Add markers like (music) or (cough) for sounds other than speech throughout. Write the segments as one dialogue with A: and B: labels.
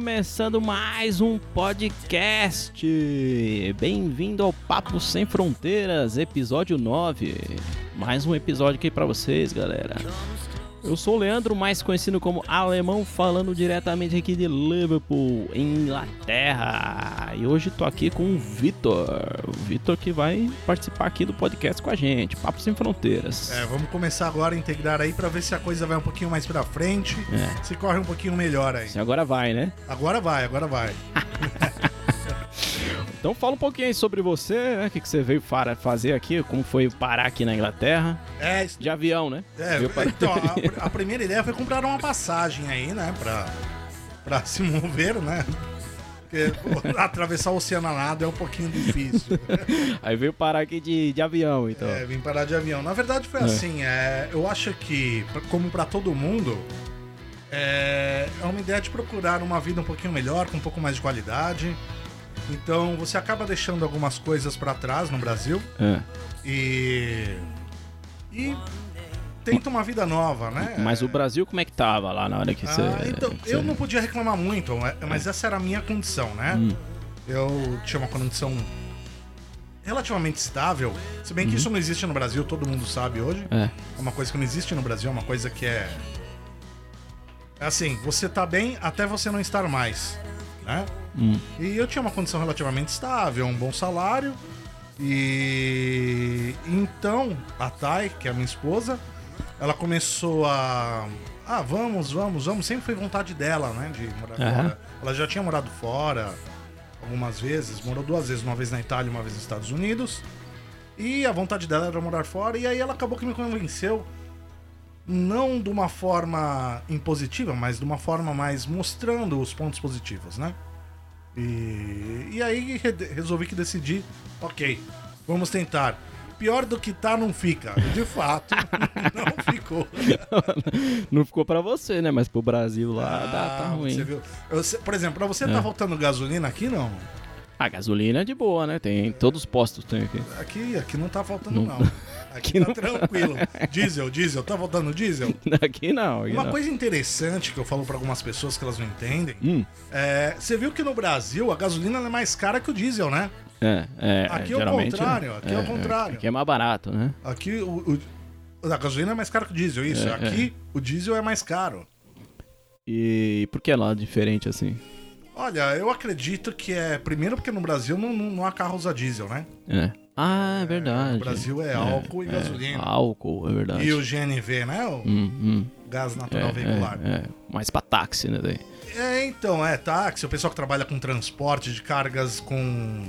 A: começando mais um podcast. Bem-vindo ao Papo Sem Fronteiras, episódio 9. Mais um episódio aqui pra vocês, galera. Eu sou o Leandro, mais conhecido como Alemão, falando diretamente aqui de Liverpool, Inglaterra. E hoje tô aqui com o Vitor. O Vitor que vai participar aqui do podcast com a gente, Papo Sem Fronteiras.
B: É, vamos começar agora a integrar aí pra ver se a coisa vai um pouquinho mais pra frente,
A: É.
B: se corre um pouquinho melhor aí.
A: Assim, Agora vai, né?
B: Agora vai, agora vai.
A: Então fala um pouquinho aí sobre você, né? O que, que você veio para fazer aqui, como foi parar aqui na Inglaterra.
B: É, isso-
A: De avião, né?
B: é,
A: Veio para-
B: então, a, a primeira ideia foi comprar uma passagem aí, né, pra, pra se mover, né? Porque pô, (laughs) atravessar o oceano a nado é um pouquinho difícil.
A: Aí veio parar aqui de, de avião, então.
B: É, vim parar de avião. Na verdade foi assim, é, eu acho que, pra- como pra todo mundo, é, é uma ideia de procurar uma vida um pouquinho melhor, com um pouco mais de qualidade. Então você acaba deixando algumas coisas pra trás no Brasil
A: É.
B: e e tenta uma vida nova, né?
A: Mas o Brasil, como é que tava lá na hora que você.
B: Ah, então,
A: que
B: eu
A: você-
B: não podia reclamar muito, é, mas essa era a minha condição, né? Eu tinha uma condição relativamente estável, se bem que isso não existe no Brasil, todo mundo sabe hoje.
A: É.
B: É uma coisa que não existe no Brasil, é uma coisa que é. É assim, você tá bem até você não estar mais, né?
A: Hum. (laughs)
B: E eu tinha uma condição relativamente estável, um bom salário. E então a Thay, que é a minha esposa, ela começou a. Ah, vamos, vamos, vamos. Sempre foi vontade dela, né? De morar
A: Aham.
B: fora. Ela já tinha morado fora algumas vezes, morou duas vezes, uma vez na Itália, uma vez nos Estados Unidos. E a vontade dela era morar fora, e aí ela acabou que me convenceu não de uma forma impositiva, mas de uma forma mais mostrando os pontos positivos, né? E, e aí re- resolvi que decidi, ok, vamos tentar. Pior do que tá, não fica. De fato, (laughs) não ficou.
A: não ficou pra você, né? Mas pro Brasil lá dá, tá
B: Ah, Você
A: ruim. É.
B: viu? Eu sei- por exemplo, pra você tá faltando gasolina aqui, não?
A: A gasolina é de boa, né? Tem. Todos os postos tem aqui. (laughs)
B: Aqui, aqui não tá faltando,
A: Não. (laughs)
B: não. Aqui, tá tranquilo. Diesel, diesel, tá faltando diesel?
A: Aqui não. Aqui
B: Uma
A: não.
B: coisa interessante que eu falo pra algumas pessoas que elas não entendem
A: Hum.
B: é. Você viu que no Brasil a gasolina ela é mais cara que o diesel, né?
A: É, é,
B: Aqui é o
A: geralmente, né?
B: contrário, aqui é o contrário.
A: Aqui é mais barato, né?
B: Aqui o. o- a gasolina é mais cara que o diesel, isso.
A: É,
B: Aqui o diesel é mais caro.
A: E por que lá diferente assim?
B: Olha, eu acredito que é. Primeiro, porque no Brasil não, não, não há carros a diesel, né?
A: É. Ah, é verdade.
B: O Brasil é álcool e gasolina.
A: Álcool, é verdade.
B: E o Ah. GNV, né? O
A: Hum, hum.
B: gás natural veicular.
A: É, mais pra táxi, né? Daí.
B: É, então, é táxi, o pessoal que trabalha com transporte de cargas com.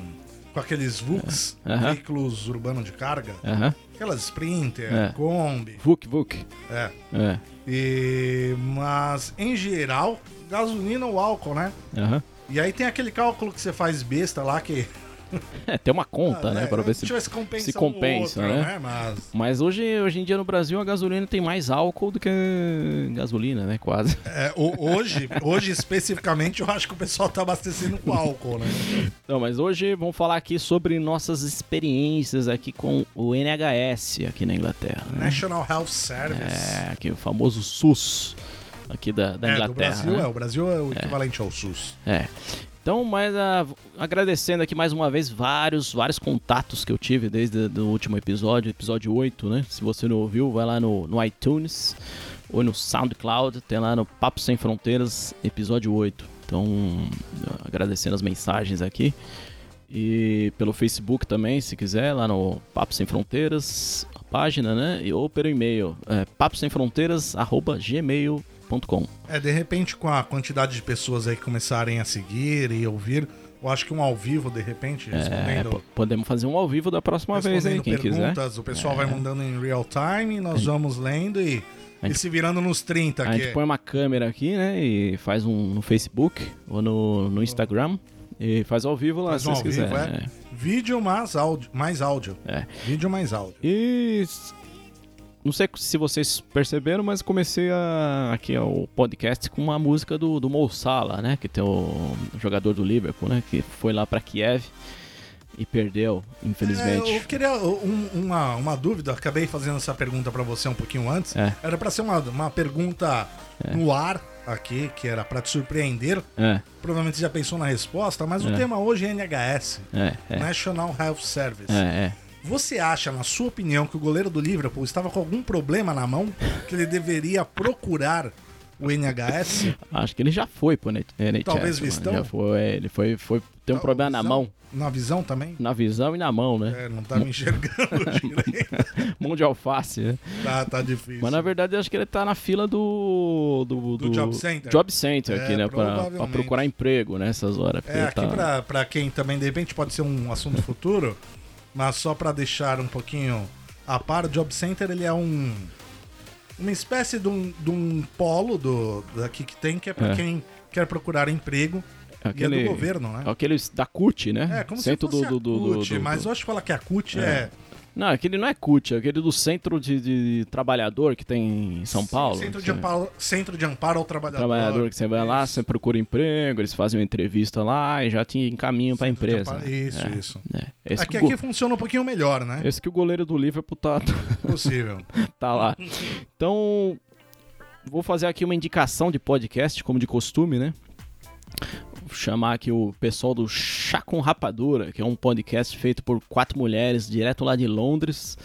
B: com aqueles VUCs,
A: É, Aham.
B: veículos urbanos de carga.
A: Aham.
B: Aquelas Sprinter,
A: É.
B: Kombi.
A: Vuk, Vuk.
B: É.
A: É.
B: E, mas, em geral, gasolina ou álcool, né?
A: Aham.
B: E aí tem aquele cálculo que você faz besta lá que.
A: É, tem uma conta,
B: Ah,
A: né? Pra ver se.
B: Deixa eu compensa
A: se compensa,
B: um outro,
A: né?
B: Mas.
A: Mas hoje, hoje em dia no Brasil a gasolina tem mais álcool do que gasolina, né? Quase.
B: é, ho- hoje, hoje, especificamente, eu acho que o pessoal tá abastecendo com álcool, né?
A: Não, mas hoje vamos falar aqui sobre nossas experiências aqui com o NHS aqui na Inglaterra. Né?
B: National Health Service.
A: É, aqui o famoso SUS aqui da, da
B: É, do
A: Inglaterra.
B: Brasil,
A: né?
B: é. O Brasil é o equivalente ao SUS.
A: É. Então, mas ah, agradecendo aqui mais uma vez vários, vários contatos que eu tive desde o último episódio, episódio 8, né? Se você não ouviu, vai lá no, no iTunes ou no SoundCloud, tem lá no Papo Sem Fronteiras, episódio 8. Então, agradecendo as mensagens aqui. E pelo Facebook também, se quiser, lá no Papo Sem Fronteiras, a página, né? E, ou pelo e-mail, é, paposemfronteiras.gmail.com.
B: É, de repente, com a quantidade de pessoas aí que começarem a seguir e ouvir, eu acho que um ao vivo, de repente,
A: É,
B: respondendo,
A: po- podemos fazer um ao vivo da próxima vez aí,
B: respondendo
A: quem quiser. É.
B: perguntas, o pessoal vai mandando em real time, nós vamos lendo e,
A: A gente-
B: e se virando nos 30
A: A
B: aqui. é
A: gente põe uma câmera aqui, né? E faz um no Facebook ou no, no Instagram. E faz ao vivo lá,
B: Faz
A: se
B: um
A: vocês
B: ao vivo,
A: quiserem. né.
B: é. Vídeo mais áudio. Mais áudio.
A: É.
B: Vídeo mais áudio.
A: E s- não sei se vocês perceberam, mas comecei a- aqui ó, o podcast com uma música do, do Mo Salah, né? Que tem o jogador do Liverpool, né? Que foi lá pra Kiev e perdeu,
B: É,
A: infelizmente.
B: eu queria um- uma, uma dúvida, acabei fazendo essa pergunta pra você um pouquinho antes.
A: É.
B: Era pra ser uma, uma pergunta no ar, aqui, que era pra te surpreender.
A: É,
B: Provavelmente você já pensou na resposta, mas o
A: É.
B: tema hoje é NHS
A: é, é.
B: National Health Service.
A: É, é.
B: Você acha, na sua opinião, que o goleiro do Liverpool estava com algum problema na mão que ele deveria procurar o NHS?
A: Acho que ele já foi pro Net- é, NHS.
B: Talvez
A: mano.
B: vistão? Tá
A: Já foi, é, ele foi, foi ter um problema na
B: Visão?
A: mão.
B: Na visão também?
A: Na visão e na mão, né?
B: É, não tá me
A: (laughs)
B: enxergando direito.
A: Mão de alface, né?
B: Tá, tá difícil.
A: Mas na verdade eu acho que ele tá na fila do. Do,
B: Do Job Center.
A: Job Center aqui,
B: É,
A: né? Pra, pra
B: provavelmente.
A: procurar emprego nessas horas. porque
B: É, aqui
A: tá-
B: pra, pra quem também, de repente, pode ser um assunto futuro, mas só pra deixar um pouquinho a par, o Job Center, ele é um... Uma espécie de um, de um polo do, daqui que tem, que é pra
A: É.
B: quem quer procurar emprego.
A: Aquele,
B: E é do governo, né?
A: Aquele da CUT, né?
B: É, como
A: Centro
B: se fosse
A: do, do, do,
B: a
A: do-
B: CUT,
A: do-
B: mas eu acho que falar que a CUT é...
A: Não, aquele não é CUT, é aquele do Centro de, de Trabalhador que tem em São Paulo.
B: Centro
A: que
B: de,
A: é
B: amparo, centro de Amparo ao
A: um
B: Trabalhador.
A: Trabalhador que você vai lá,
B: Isso.
A: você procura emprego, eles fazem uma entrevista lá e já te encaminham pra
B: Centro de
A: empresa.
B: Amparo-
A: né?
B: Isso,
A: É,
B: isso.
A: né? Esse,
B: Aqui,
A: que o go-
B: aqui funciona um pouquinho
A: (laughs)
B: melhor, né?
A: esse que o goleiro do Liverpool tá, (laughs)
B: Possível.
A: tá lá. Então, vou fazer aqui uma indicação de podcast, como de costume, né? Vou chamar aqui o pessoal do Chá com Rapadura, que é um podcast feito por quatro mulheres direto lá de Londres.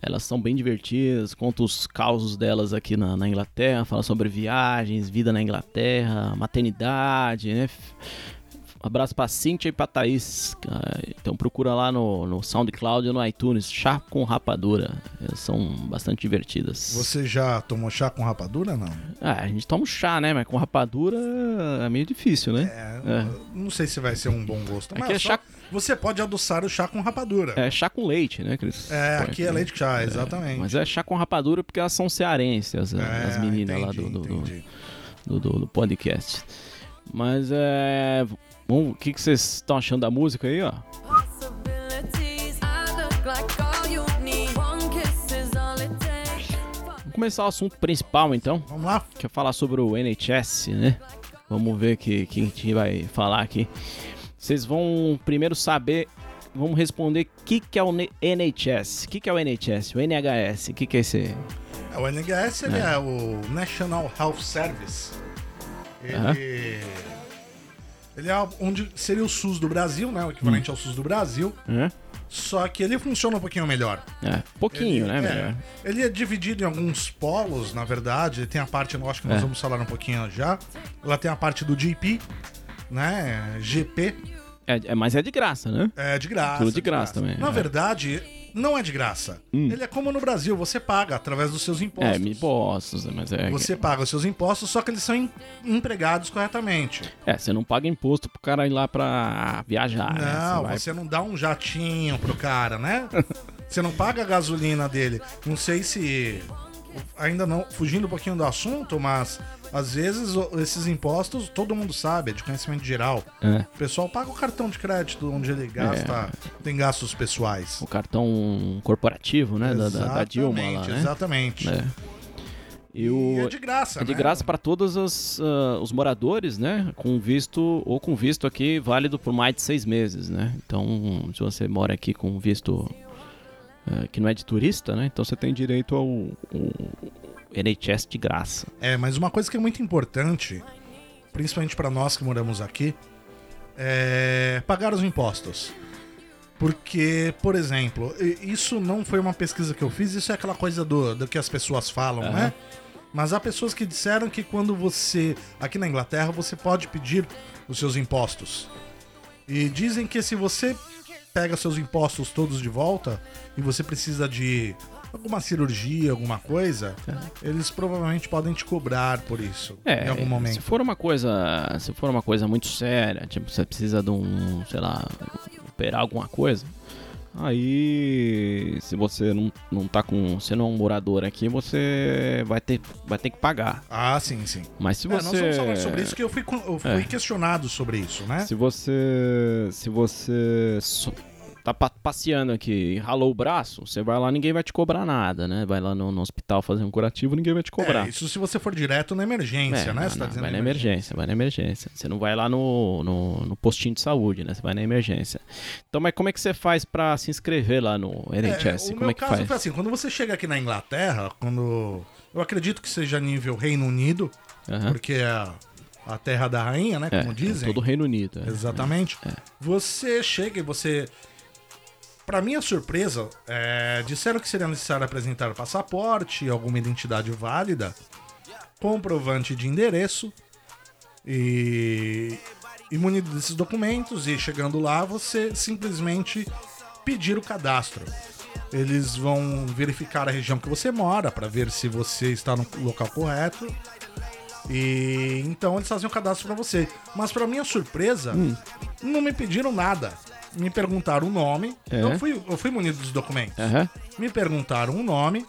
A: Elas são bem divertidas, conta os causos delas aqui na, na Inglaterra, fala sobre viagens, vida na Inglaterra, maternidade, né? F- Abraço pra Cintia e pra Thaís. Ah, Então procura lá no, no SoundCloud e no iTunes, Chá com Rapadura. Elas são bastante divertidas.
B: Você já tomou chá com rapadura, não?
A: Ah, a gente toma um chá, né? Mas com rapadura é meio difícil, né?
B: É, Não sei se vai ser um bom gosto. Mas
A: Aqui é
B: só-
A: chá-
B: Você pode adoçar o chá com rapadura.
A: É, chá com leite, né, Cris?
B: É,
A: Põe
B: aqui é leite com chá, exatamente.
A: Mas é chá com rapadura porque elas são cearenses, as,
B: É,
A: as meninas lá do,
B: entendi,
A: do, do-
B: entendi.
A: do- do- do podcast. Mas é. Bom, o que que vocês estão achando da música aí, ó?
C: Possibilities. I look like all you need. One kiss is all it takes.
A: Vamos começar o assunto principal então,
B: Vamos lá.
A: que é falar sobre o NHS, né? Vamos ver o que, que a gente vai falar aqui. Vocês vão primeiro saber, vamos responder o que, que é o N- NHS. O que, que é o NHS? O NHS, o que, que é esse?
B: É, O NHS ele é. o National Health Service. Ele.
A: Aham.
B: Ele é onde seria o SUS do Brasil, né? O equivalente
A: Hum.
B: ao SUS do Brasil.
A: Hã?
B: Só que ele funciona um pouquinho melhor.
A: É, pouquinho, né?
B: é,
A: Melhor.
B: Ele é dividido em alguns polos, na verdade. Tem a parte, eu acho que nós
A: É.
B: vamos falar um pouquinho já. Ela tem a parte do GP, né? GP.
A: É, é, mas é de graça, né?
B: É de graça.
A: Tudo de graça também,
B: Na
A: é. Hum.
B: verdade, não é de graça. Ele é como no Brasil, você paga através dos seus impostos.
A: É, me impostos, mas é.
B: Você paga os seus impostos, só que eles são em- empregados corretamente.
A: É, você não paga imposto pro cara ir lá pra viajar. né?
B: não,
A: vai-
B: você não dá um jatinho pro
A: (laughs)
B: cara, né? você não paga a gasolina dele. Não sei se. Ainda não, fugindo um pouquinho do assunto, mas às vezes o- esses impostos todo mundo sabe, é de conhecimento geral.
A: É,
B: O pessoal paga o cartão de crédito onde ele gasta, tem gastos pessoais.
A: o cartão corporativo, né? Da, da- da Dilma lá, né?
B: Exatamente.
A: É. E,
B: E
A: o-
B: é de graça,
A: É de
B: né?
A: graça para todos os, ah, os moradores, né? Com visto ou com visto aqui válido por mais de seis meses, né? Então, se você mora aqui com um visto ah, que não é de turista, né? Então você tem direito ao, ao NHS de graça.
B: É, mas uma coisa que é muito importante, principalmente pra nós que moramos aqui, é pagar os impostos. Porque, por exemplo, e- isso não foi uma pesquisa que eu fiz, isso é aquela coisa do, do que as pessoas falam,
A: Aham.
B: né? Mas há pessoas que disseram que quando você. Aqui na Inglaterra, você pode pedir os seus impostos. E dizem que se você pega seus impostos todos de volta e você precisa de alguma cirurgia, alguma coisa, eles provavelmente podem te cobrar por isso
A: É,
B: em algum
A: se
B: momento.
A: for uma coisa, se for uma coisa muito séria, tipo você precisa de um, sei lá, operar alguma coisa, aí se você não, não tá com, você não é um morador aqui, você vai ter, vai ter que pagar.
B: Ah, sim, sim.
A: Mas se
B: É, nós
A: você
B: vamos falar sobre isso, que eu fui, co- eu fui
A: É.
B: questionado sobre isso, né?
A: Se você. Se você. so- Tá pa- passeando aqui e ralou o braço, você vai lá, ninguém vai te cobrar nada, né? Vai lá no, no hospital fazer um curativo, ninguém vai te cobrar.
B: É, isso se você for direto na emergência,
A: É, não,
B: né? Você tá
A: não,
B: dizendo
A: vai na emergência, vai na emergência. Você não vai lá no, no, no postinho de saúde, né? Você vai na emergência. Então, mas como é que você faz pra se inscrever lá no NHS?
B: É, o
A: como
B: meu
A: é que
B: caso
A: faz?
B: foi assim, quando você chega aqui na Inglaterra, quando eu acredito que seja nível Reino Unido,
A: Aham.
B: porque é a, a terra da rainha, né? Como
A: é,
B: dizem.
A: Todo o Reino Unido. é.
B: Exatamente. Você chega e você. Pra minha surpresa, é, disseram que seria necessário apresentar passaporte, alguma identidade válida, comprovante de endereço e. e munido desses documentos. E chegando lá, você simplesmente pedir o cadastro. Eles vão verificar a região que você mora pra ver se você está no local correto. E então eles faziam o cadastro pra você. Mas pra minha surpresa,
A: Hum.
B: não me pediram nada. Me perguntaram o nome.
A: É?
B: Eu, fui, eu fui munido dos documentos.
A: Aham.
B: Me perguntaram o nome.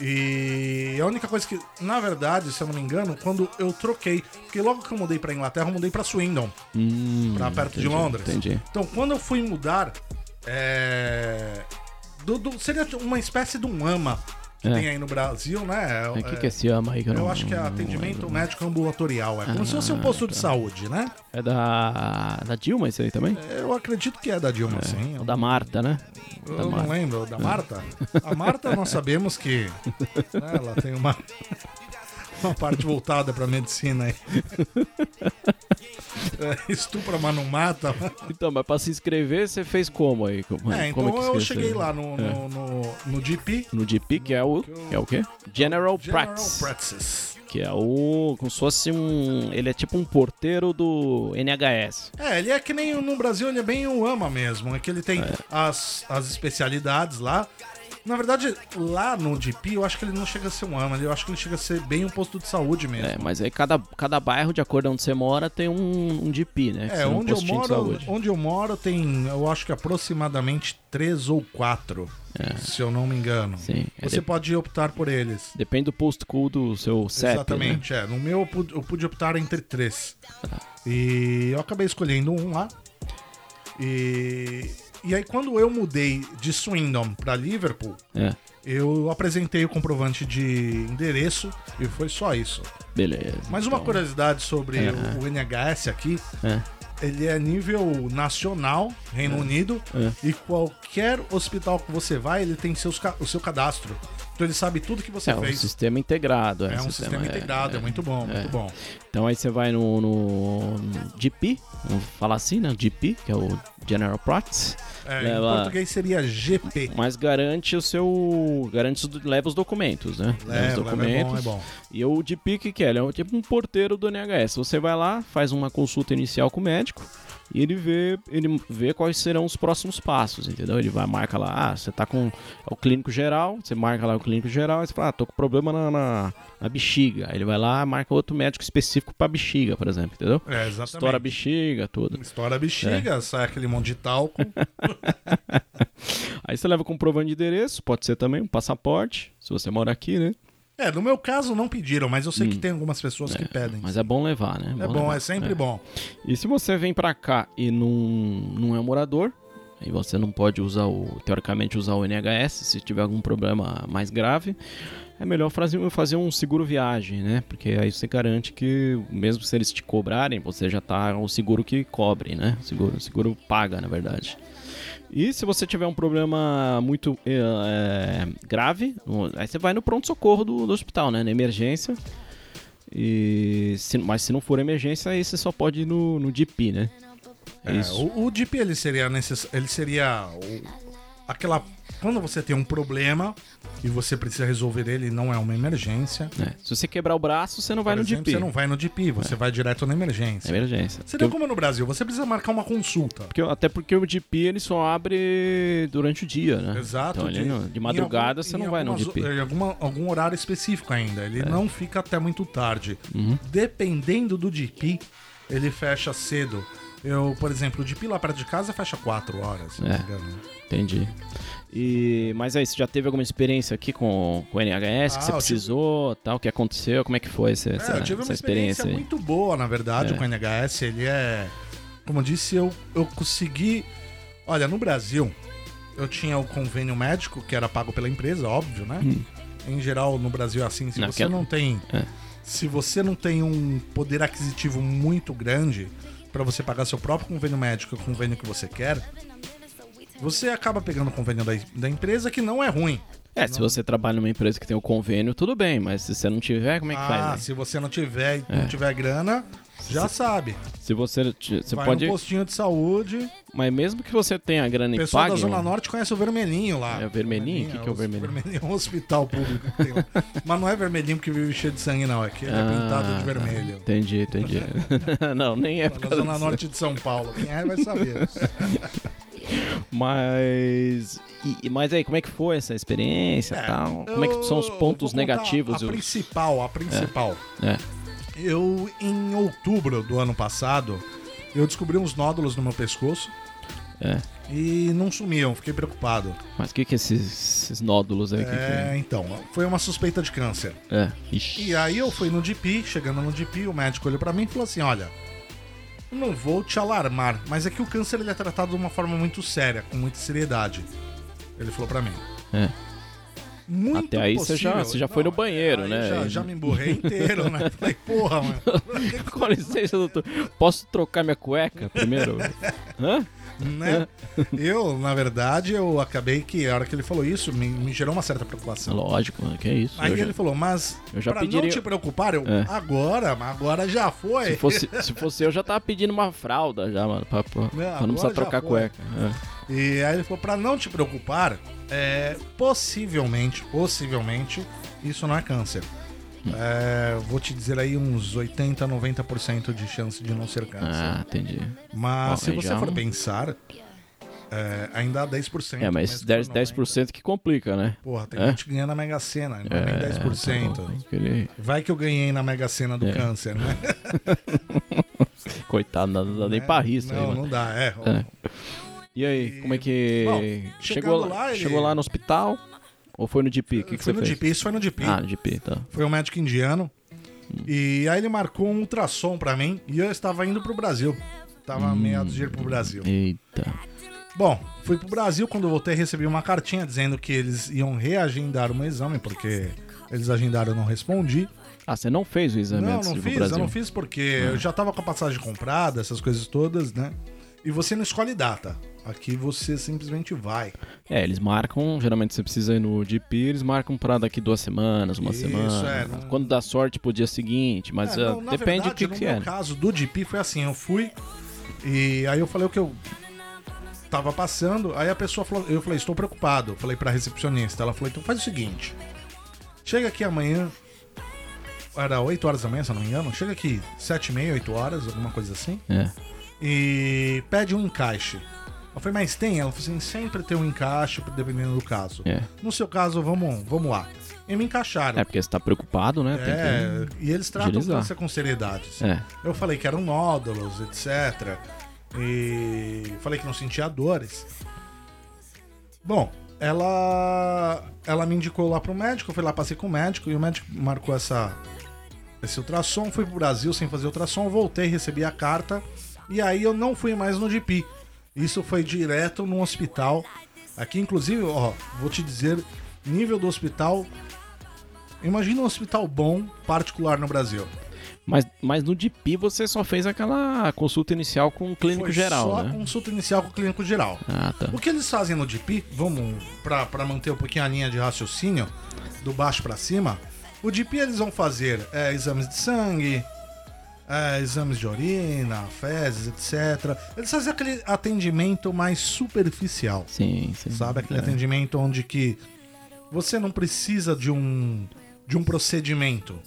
B: E a única coisa que, na verdade, se eu não me engano, quando eu troquei, porque logo que eu mudei pra Inglaterra, eu mudei pra Swindon,
A: Hum,
B: pra perto de
A: entendi,
B: Londres.
A: Entendi.
B: Então, quando eu fui mudar, é, do- do- seria uma espécie de um AMA que
A: É.
B: tem aí no Brasil, né?
A: O que, que é esse ama aí? que
B: Eu
A: não-
B: acho que é
A: não
B: atendimento
A: lembro. Ah, tá.
B: médico ambulatorial. É como se fosse um posto de saúde, né?
A: É da. Da Dilma esse aí também?
B: Eu acredito que é da Dilma, sim.
A: Ou
B: Eu,
A: da Marta, né?
B: eu
A: Da
B: não
A: Marta. É.
B: lembro. Da Marta? A Marta, nós sabemos que né, ela tem uma, (laughs) uma parte voltada pra medicina
A: (laughs)
B: aí. É, estupra, mas não mata.
A: Então, mas pra se inscrever, você fez como aí? Como,
B: É, então
A: como que né? É.
B: eu
A: escreve?
B: cheguei lá no, no, no, no GP,
A: No GP, que é o. Que é o quê? General,
B: General
A: Practice.
B: Practice.
A: Que é o. Como se fosse um. Ele é tipo um porteiro do NHS.
B: É, ele é que nem no Brasil, ele é bem o AMA mesmo. É que ele tem as, as especialidades lá. Na verdade, lá no DP, eu acho que ele não chega a ser um AMA, eu acho que ele chega a ser bem um posto de saúde mesmo.
A: É, mas aí cada, cada bairro, de acordo onde você mora, tem um, um GP, né? Que
B: É,
A: seria um
B: onde, eu
A: postinho de
B: moro,
A: saúde.
B: onde eu moro tem, eu acho que aproximadamente três ou quatro, se eu não me engano.
A: É. Sim, é
B: Você
A: de-
B: pode optar por eles.
A: Depende do post-cool do seu CEP, né?
B: Exatamente, é. No meu eu pude, eu pude optar entre três.
A: Tá.
B: E eu acabei escolhendo um lá. E, e aí quando eu mudei de Swindon pra Liverpool,
A: É,
B: eu apresentei o comprovante de endereço e foi só isso.
A: beleza.
B: Mais uma
A: então,
B: curiosidade sobre
A: É.
B: o, o NHS aqui,
A: É,
B: ele é nível nacional, Reino Unido,
A: É.
B: e qualquer hospital que você vai, ele tem seus, ca- o seu cadastro. Então ele sabe tudo que você
A: é um
B: fez.
A: sistema integrado.
B: é um sistema, integrado, é, muito bom, muito bom.
A: Então aí você vai no, no GP, vamos falar assim, né? GP, que é o General Practice.
B: É,
A: Leva-
B: Em português seria GP.
A: Mas garante o seu. Garante, os- leva os documentos, né?
B: Leva,
A: os
B: leva, é bom, é bom.
A: E o de pique que é, ele é um- tipo um porteiro do NHS. Você vai lá, faz uma consulta inicial com o médico e ele vê, ele vê quais serão os próximos passos, entendeu? Ele vai marca lá, ah, você tá com é o clínico geral, você marca lá o clínico geral, aí você fala, ah, tô com problema na, na, na bexiga. Aí ele vai lá, marca outro médico específico pra bexiga, por exemplo, entendeu?
B: É, exatamente.
A: Estoura a bexiga, É. tudo.
B: Estoura a bexiga, sai aquele monte
A: (laughs)
B: de talco. Uhum.
A: Aí você leva o comprovante de endereço, pode ser também um passaporte, se você mora aqui, né?
B: é, no meu caso não pediram, mas eu sei que tem algumas pessoas que pedem.
A: Mas Hum. é bom levar, né?
B: é bom,
A: levar.
B: é sempre bom.
A: E se você vem pra cá e não, não é morador, aí você não pode usar o teoricamente usar o NHS se tiver algum problema mais grave, é melhor fazer, fazer um seguro viagem, né? Porque aí você garante que mesmo se eles te cobrarem, você já tá o seguro que cobre, né? O seguro, o seguro paga, na verdade. E se você tiver um problema muito eh, eh, grave, um- aí você vai no pronto-socorro do, do hospital, né? Na emergência. E se- mas se não for emergência, aí você só pode ir no, no DP, né? É
B: É,
A: isso.
B: o, o DP ele seria necess... ele seria o- aquela quando você tem um problema e você precisa resolver ele, não é uma emergência.
A: É, Se você quebrar o braço, você não vai
B: Por
A: no
B: exemplo,
A: DP.
B: Você não vai no DP, você vai direto na
A: É
B: emergência.
A: emergência.
B: Seria
A: Porque-
B: como no Brasil, você precisa marcar uma consulta.
A: porque- até porque o DP ele só abre durante o dia, né?
B: Exato.
A: Então, ele não- de,
B: em
A: madrugada
B: algum-
A: você
B: em
A: não vai no É.
B: algumas- é.
A: DP.
B: Em alguma- algum horário específico ainda. Ele não fica até muito tarde.
A: Uhum.
B: Dependendo do DP, ele fecha cedo. Eu, por exemplo, o DP lá perto de casa fecha 4 horas, se não
A: É.
B: me engano.
A: Entendi. E, mas aí, você já teve alguma experiência aqui com, com o NHS
B: Ah,
A: que você
B: eu tive-
A: precisou, tal, o que aconteceu, como é que foi essa, essa,
B: É, eu tive
A: essa
B: uma experiência,
A: experiência né? aí?
B: muito boa, na verdade, com o NHS. Ele é. Como eu disse, eu, eu consegui. Olha, no Brasil, eu tinha o convênio médico, que era pago pela empresa, óbvio, né? Em geral, no Brasil é assim. Se
A: Não,
B: você
A: que-
B: não tem.
A: Hum. É.
B: Se você não tem um poder aquisitivo muito grande pra você pagar seu próprio convênio médico, o convênio que você quer, você acaba pegando o convênio da, da empresa, que não é ruim.
A: É, se você trabalha numa empresa que tem o convênio, tudo bem, mas se você não tiver, como é que
B: ah,
A: faz? né? É.
B: se você não tiver, e não tiver grana, já sabe.
A: Se você. ti- Você
B: Vai
A: pode.
B: no postinho de saúde.
A: Mas mesmo que você tenha a grana e
B: pessoal
A: pague.
B: da Zona
A: mano,
B: Norte conhece o vermelhinho lá.
A: É o vermelhinho? O que que é o
B: os-
A: vermelhinho?
B: é um hospital público que
A: (laughs)
B: tem lá. Mas não é vermelhinho porque vive cheio de sangue, não. É que ele é pintado
A: ah,
B: de vermelho.
A: Entendi, entendi. (laughs) não, nem é por
B: Da
A: causa
B: Zona
A: disso.
B: Norte de São Paulo. Quem é vai saber.
A: Mas. e- mas aí, como é que foi essa experiência e
B: É,
A: tal? (laughs) Como é que são os
B: eu- eu
A: pontos
B: vou contar
A: negativos?
B: A
A: e os-
B: principal, a principal.
A: É.
B: Eu, em outubro do ano passado, eu descobri uns nódulos no meu pescoço
A: É.
B: e não sumiam, fiquei preocupado.
A: Mas o que, que esses, esses nódulos aí? que que é?
B: É, então, foi uma suspeita de câncer.
A: É. Ixi.
B: E aí eu fui no DP, chegando no DP, o médico olhou pra mim e falou assim: olha. Não vou te alarmar, mas é que o câncer ele é tratado de uma forma muito séria, com muita seriedade. Ele falou pra mim.
A: É.
B: Muito
A: Até aí você já-
B: possível-
A: você já foi no banheiro,
B: aí
A: né?
B: Já, já
A: (laughs)
B: me emburrei inteiro, né? Falei, porra, mano.
A: (laughs) Com licença, doutor. Posso trocar minha cueca
B: (laughs)
A: primeiro? Hã?
B: né? Eu, na verdade, eu acabei que a hora que ele falou isso, me, me gerou uma certa preocupação.
A: É Lógico, mano, que isso.
B: Aí
A: Eu já-
B: ele falou, mas
A: eu já
B: pra não
A: pediria-
B: te preocupar, eu,
A: É.
B: agora, mas agora já foi.
A: se, fosse, se fosse eu, já tava pedindo uma fralda já, mano. Pra, pra- pra
B: agora
A: não precisar
B: já
A: trocar
B: foi.
A: cueca. É.
B: E aí ele falou, pra não te preocupar, é, possivelmente, possivelmente, isso não é câncer. É, vou te dizer aí uns 80, 90% de chance de não ser câncer.
A: Ah, entendi.
B: Mas
A: Bom,
B: se
A: aí
B: você
A: já
B: for
A: não-
B: pensar, é, ainda há 10%.
A: É, mas 10%, 10 que complica, né?
B: Porra, tem
A: É?
B: gente que ganha na Mega Sena, não é,
A: tá
B: nem 10%.
A: Então, aquele-
B: Vai que eu ganhei na Mega Sena do
A: É.
B: câncer, né?
A: Coitado, não dá nem
B: (laughs)
A: pra rir isso aí,
B: É, Não,
A: mano.
B: não dá, é.
A: É. E aí, como é que.
B: Bom,
A: chegou,
B: chegando lá, ele-
A: chegou lá no hospital? Ou foi no DP? O que, que você
B: foi no
A: fez?
B: DP, isso foi no DP.
A: Ah, no DP, tá.
B: Foi um médico indiano. E aí ele marcou um ultrassom pra mim e eu estava indo pro Brasil. Tava meados de ir pro Brasil.
A: Eita.
B: Bom, fui pro Brasil, quando eu voltei recebi uma cartinha dizendo que eles iam reagendar o meu exame, porque eles agendaram e eu não respondi.
A: Ah, você não fez o exame
B: Não,
A: antes
B: não
A: do
B: fiz,
A: Brasil? Ah.
B: eu não fiz porque eu já tava com a passagem comprada, essas coisas todas, né? E você não escolhe data. Aqui você simplesmente vai.
A: É, eles marcam, geralmente você precisa ir no DP, eles marcam pra daqui duas semanas, uma
B: Isso,
A: semana.
B: é, não-
A: Quando dá sorte pro dia seguinte, mas
B: É,
A: ah,
B: não, na
A: depende do
B: verdade,
A: que,
B: no
A: que
B: meu
A: é. né?
B: caso do DP foi assim, eu fui e aí eu falei o que eu tava passando, aí a pessoa falou, eu falei, estou preocupado. Eu falei pra recepcionista, ela falou, então faz o seguinte. Chega aqui amanhã, era 8 horas da manhã, se eu não me engano, chega aqui 7 e meia, 8 horas, alguma coisa assim.
A: É.
B: e pede um encaixe. Eu falei, mas tem? Ela falou assim, sempre tem um encaixe, dependendo do caso.
A: É.
B: No seu caso, vamos, vamos lá. E me encaixaram.
A: é, porque você tá preocupado, né? Tem que-
B: É, e eles tratam
A: agilizar.
B: câncer com seriedade. assim.
A: É.
B: Eu falei que eram nódulos, etc. E falei que não sentia dores. Bom, ela ela me indicou lá pro médico, eu fui lá, passei com o médico e o médico marcou essa esse ultrassom, fui pro Brasil sem fazer ultrassom, voltei, recebi a carta e aí eu não fui mais no DP. Isso foi direto no hospital. Aqui inclusive, ó, vou te dizer nível do hospital. Imagina um hospital bom particular no Brasil.
A: Mas, mas no DP você só fez aquela consulta inicial com o clínico
B: Foi
A: geral,
B: só
A: né?
B: consulta inicial com o clínico geral.
A: Ah, tá.
B: O que eles fazem no DP, vamos pra pra manter um pouquinho a linha de raciocínio, do baixo pra cima, o DP eles vão fazer é, exames de sangue, é, exames de urina, fezes, etc. Eles fazem aquele atendimento mais superficial,
A: Sim, sim.
B: sabe? Aquele
A: É.
B: atendimento onde que você não precisa de um, de um procedimento.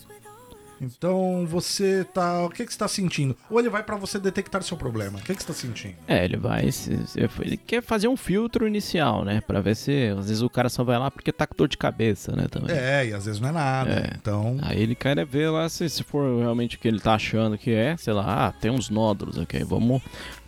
B: Então você tá. O que, que você tá sentindo? Ou ele vai pra você detectar seu problema. O que, que você tá sentindo?
A: É, ele vai. se- se- Ele quer fazer um filtro inicial, né? Pra ver se. Às vezes o cara só vai lá porque tá com dor de cabeça, né? Também.
B: É, e às vezes não é nada. Então.
A: Aí ele quer é ver lá se, se for realmente o que ele tá achando que é, sei lá, ah, tem uns nódulos, ok, vamos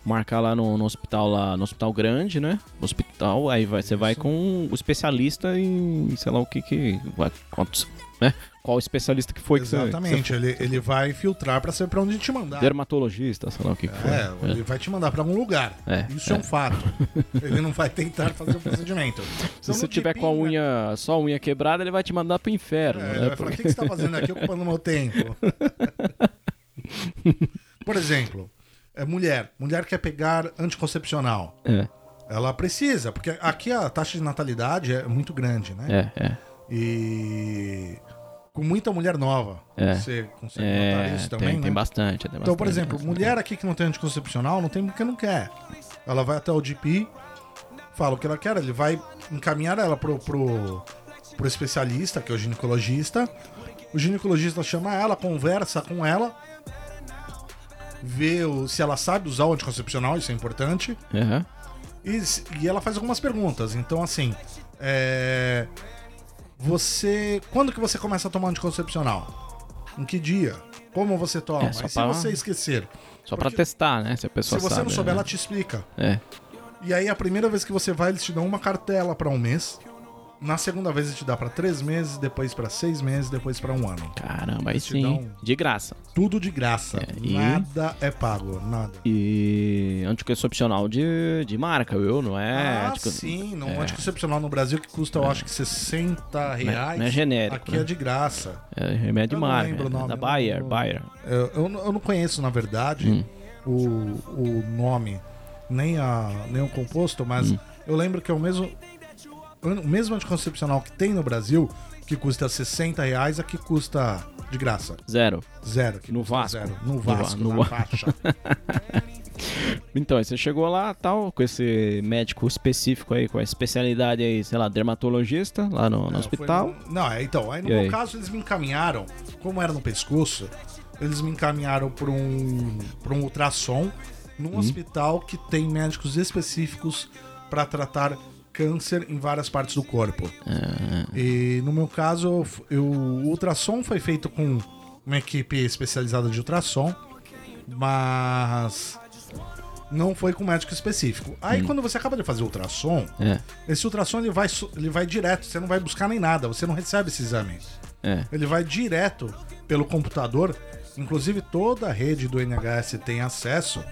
A: marcar lá no, no hospital lá, no hospital grande, né? Hospital, aí vai, você vai com o especialista em, sei lá o que que, vai- quantos, né? Qual especialista que foi que você- que
B: Exatamente,
A: você...
B: ele, ele vai filtrar pra saber pra onde te mandar.
A: Dermatologista, sei lá o que que foi.
B: É, ele vai te mandar pra algum lugar.
A: É,
B: Isso é, um
A: (laughs)
B: fato. ele não vai tentar fazer o procedimento.
A: Se
B: Então,
A: você
B: no
A: tiver com a
B: tipinho, né?
A: unha, só a unha quebrada, ele vai te mandar pro inferno,
B: É,
A: né?
B: ele vai falar, o que, que você tá fazendo aqui ocupando
A: (laughs)
B: meu tempo? Por exemplo, é mulher. Mulher quer pegar anticoncepcional.
A: É,
B: Ela precisa, porque aqui a taxa de natalidade é muito grande, né?
A: É, é.
B: E com muita mulher nova.
A: É.
B: Você consegue notar
A: É,
B: isso
A: tem,
B: também, né?
A: tem bastante. Tem né?
B: Então,
A: bastante,
B: por exemplo,
A: bastante.
B: mulher aqui que não tem anticoncepcional não tem porque não quer. Ela vai até o GP, fala o que ela quer, ele vai encaminhar ela pro, pro, pro especialista, que é o ginecologista. O ginecologista chama ela, conversa com ela, vê o- se ela sabe usar o anticoncepcional, isso é importante.
A: Aham.
B: E, s- e ela faz algumas perguntas. Então, assim, é, você. Quando que você começa a tomar anticoncepcional? Em que dia? Como você toma?
A: É, só
B: e se
A: pra-
B: você esquecer?
A: Só pra
B: Porque-
A: testar, né? Se a pessoa
B: Se você
A: sabe.
B: não souber,
A: né?
B: ela te explica.
A: É.
B: E aí, a primeira vez que você vai, eles te dão uma cartela pra um mês. Na segunda vez, eles te dá pra três meses, depois pra seis meses, depois pra um ano.
A: Caramba, aí
B: Eles te
A: sim.
B: dão-
A: De graça.
B: Tudo de graça.
A: É, e-
B: Nada é pago, nada.
A: E anticoncepcional de, de marca, viu? Não é.
B: ah,
A: antico-
B: sim, não, um anticoncepcional no Brasil que custa, eu acho que 60 reais.
A: não é genérico,
B: Aqui
A: né?
B: é de graça.
A: É remédio
B: Eu
A: de
B: não
A: marca.
B: lembro o
A: é
B: nome,
A: da
B: eu não
A: Bayer,
B: lembro.
A: Bayer.
B: Eu, É, eu não- eu não conheço, na verdade,
A: Hum.
B: o, o nome, nem, a, nem o composto,
A: Hum.
B: mas eu lembro que é o mesmo. O mesmo anticoncepcional que tem no Brasil, que custa 60 reais, aqui custa de graça.
A: Zero.
B: Zero. aqui
A: No
B: custa
A: Vasco.
B: Zero.
A: No
B: No
A: Va-
B: Vasco,
A: no
B: na
A: Va- (laughs)
B: faixa.
A: Então, aí você chegou lá, tal, com esse médico específico aí, com a especialidade aí, sei lá, dermatologista, lá no, no
B: Não,
A: hospital.
B: É, foi no- Não, é, então, aí no
A: E
B: meu
A: aí?
B: caso eles me encaminharam, como era no pescoço, eles me encaminharam para um, pra um ultrassom
A: Hum.
B: num hospital que tem médicos específicos para tratar câncer em várias partes do corpo.
A: Ah.
B: E no meu caso, eu f- eu, o ultrassom foi feito com uma equipe especializada de ultrassom, mas não foi com médico específico.
A: Hum.
B: Aí quando você acaba de fazer o ultrassom,
A: É,
B: esse ultrassom ele vai, su- ele vai direto, você não vai buscar nem nada, você não recebe esse exame.
A: é.
B: Ele vai direto pelo computador, inclusive toda a rede do NHS tem acesso.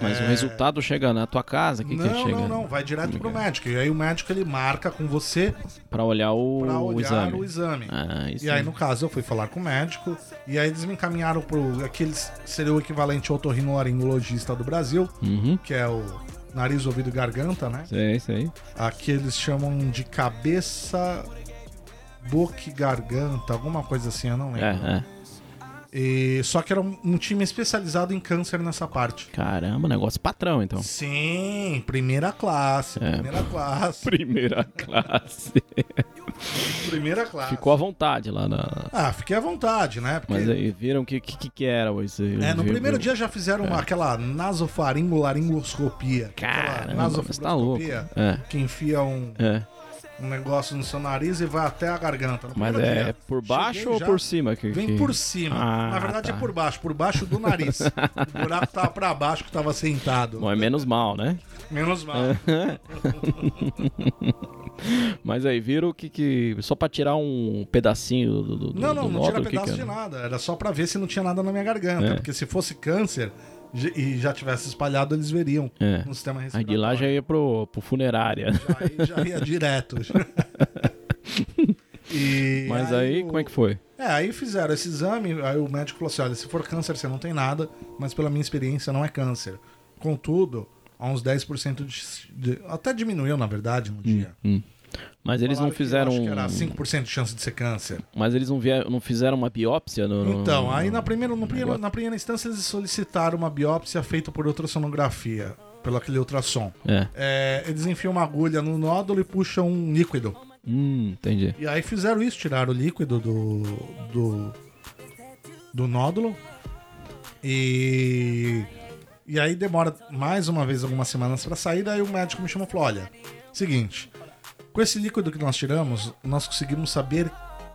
A: Mas o resultado chega na tua casa, o que, que
B: É. não,
A: chega? né?
B: não, não, vai direto pro
A: é?
B: médico. E aí o médico ele marca com você
A: Pra olhar o,
B: pra
A: o
B: olhar
A: exame.
B: o exame.
A: Ah, isso.
B: E aí, no caso, eu fui falar com o médico, e aí eles me encaminharam pro aquele seria o equivalente ao otorrinolaringologista do Brasil,
A: Uhum.
B: que é o nariz, ouvido e garganta, né?
A: Sei, sei.
B: Aqui eles chamam de cabeça, boca e garganta, alguma coisa assim, eu não
A: É,
B: lembro.
A: é.
B: E, só que era um, um time especializado em câncer nessa parte.
A: Caramba, negócio patrão, então.
B: Sim, primeira classe,
A: É.
B: primeira classe,
A: (laughs) Primeira classe.
B: primeira classe.
A: Ficou à vontade lá na.
B: Ah, fiquei à vontade, né? Porque,
A: Mas aí viram que que, que, que era isso aí.
B: é, no
A: Viu-
B: primeiro dia já fizeram
A: É.
B: uma- aquela nasofaringolaringoscopia. aquela
A: Caramba, você tá louco.
B: nasofaringoscopia
A: É,
B: que enfia um,
A: é.
B: um negócio no seu nariz e vai até a garganta. No
A: Mas
B: primeiro
A: é
B: dia.
A: por baixo
B: Cheguei
A: ou
B: já-
A: por cima? Que,
B: Vem
A: que-
B: por cima.
A: Ah,
B: Na verdade
A: tá.
B: é por baixo, por baixo do nariz. o buraco tava pra baixo que tava sentado.
A: Bom, é menos mal, né?
B: Menos mal.
A: Mas aí viram que, que. Só pra tirar um pedacinho do. do
B: Não,
A: do-
B: não,
A: do
B: não tira
A: nódulo, que é? que
B: pedaço de
A: era?
B: nada. Era só pra ver se não tinha nada na minha garganta.
A: É.
B: Porque se fosse câncer j- e já tivesse espalhado, eles veriam
A: É.
B: no sistema
A: Aí de
B: respiratório.
A: lá já ia pro, pro funerária.
B: Aí já ia
A: (laughs)
B: direto. E
A: Mas aí,
B: o-
A: como é que foi?
B: É, aí fizeram esse exame, aí o médico falou assim: olha, se for câncer, você não tem nada, mas pela minha experiência não é câncer. Contudo, há uns 10% de, de- Até diminuiu, na verdade, no dia.
A: Mas Hum. eles não
B: Falaram que eu
A: fizeram. um
B: Acho que era assim. 5% de chance de ser câncer.
A: Mas eles não, vieram, não fizeram uma biópsia no. no-
B: Então, aí na primeira, no primeiro- na primeira instância eles solicitaram uma biópsia feita por ultrassonografia, pelo aquele ultrassom.
A: É.
B: É, eles enfiam uma agulha no nódulo e puxam um líquido.
A: Hum, entendi.
B: E aí fizeram isso, tiraram o líquido do. do. do nódulo. E. E aí demora mais uma vez algumas semanas pra sair, daí o médico me chamou e falou: olha, seguinte, com esse líquido que nós tiramos, nós conseguimos saber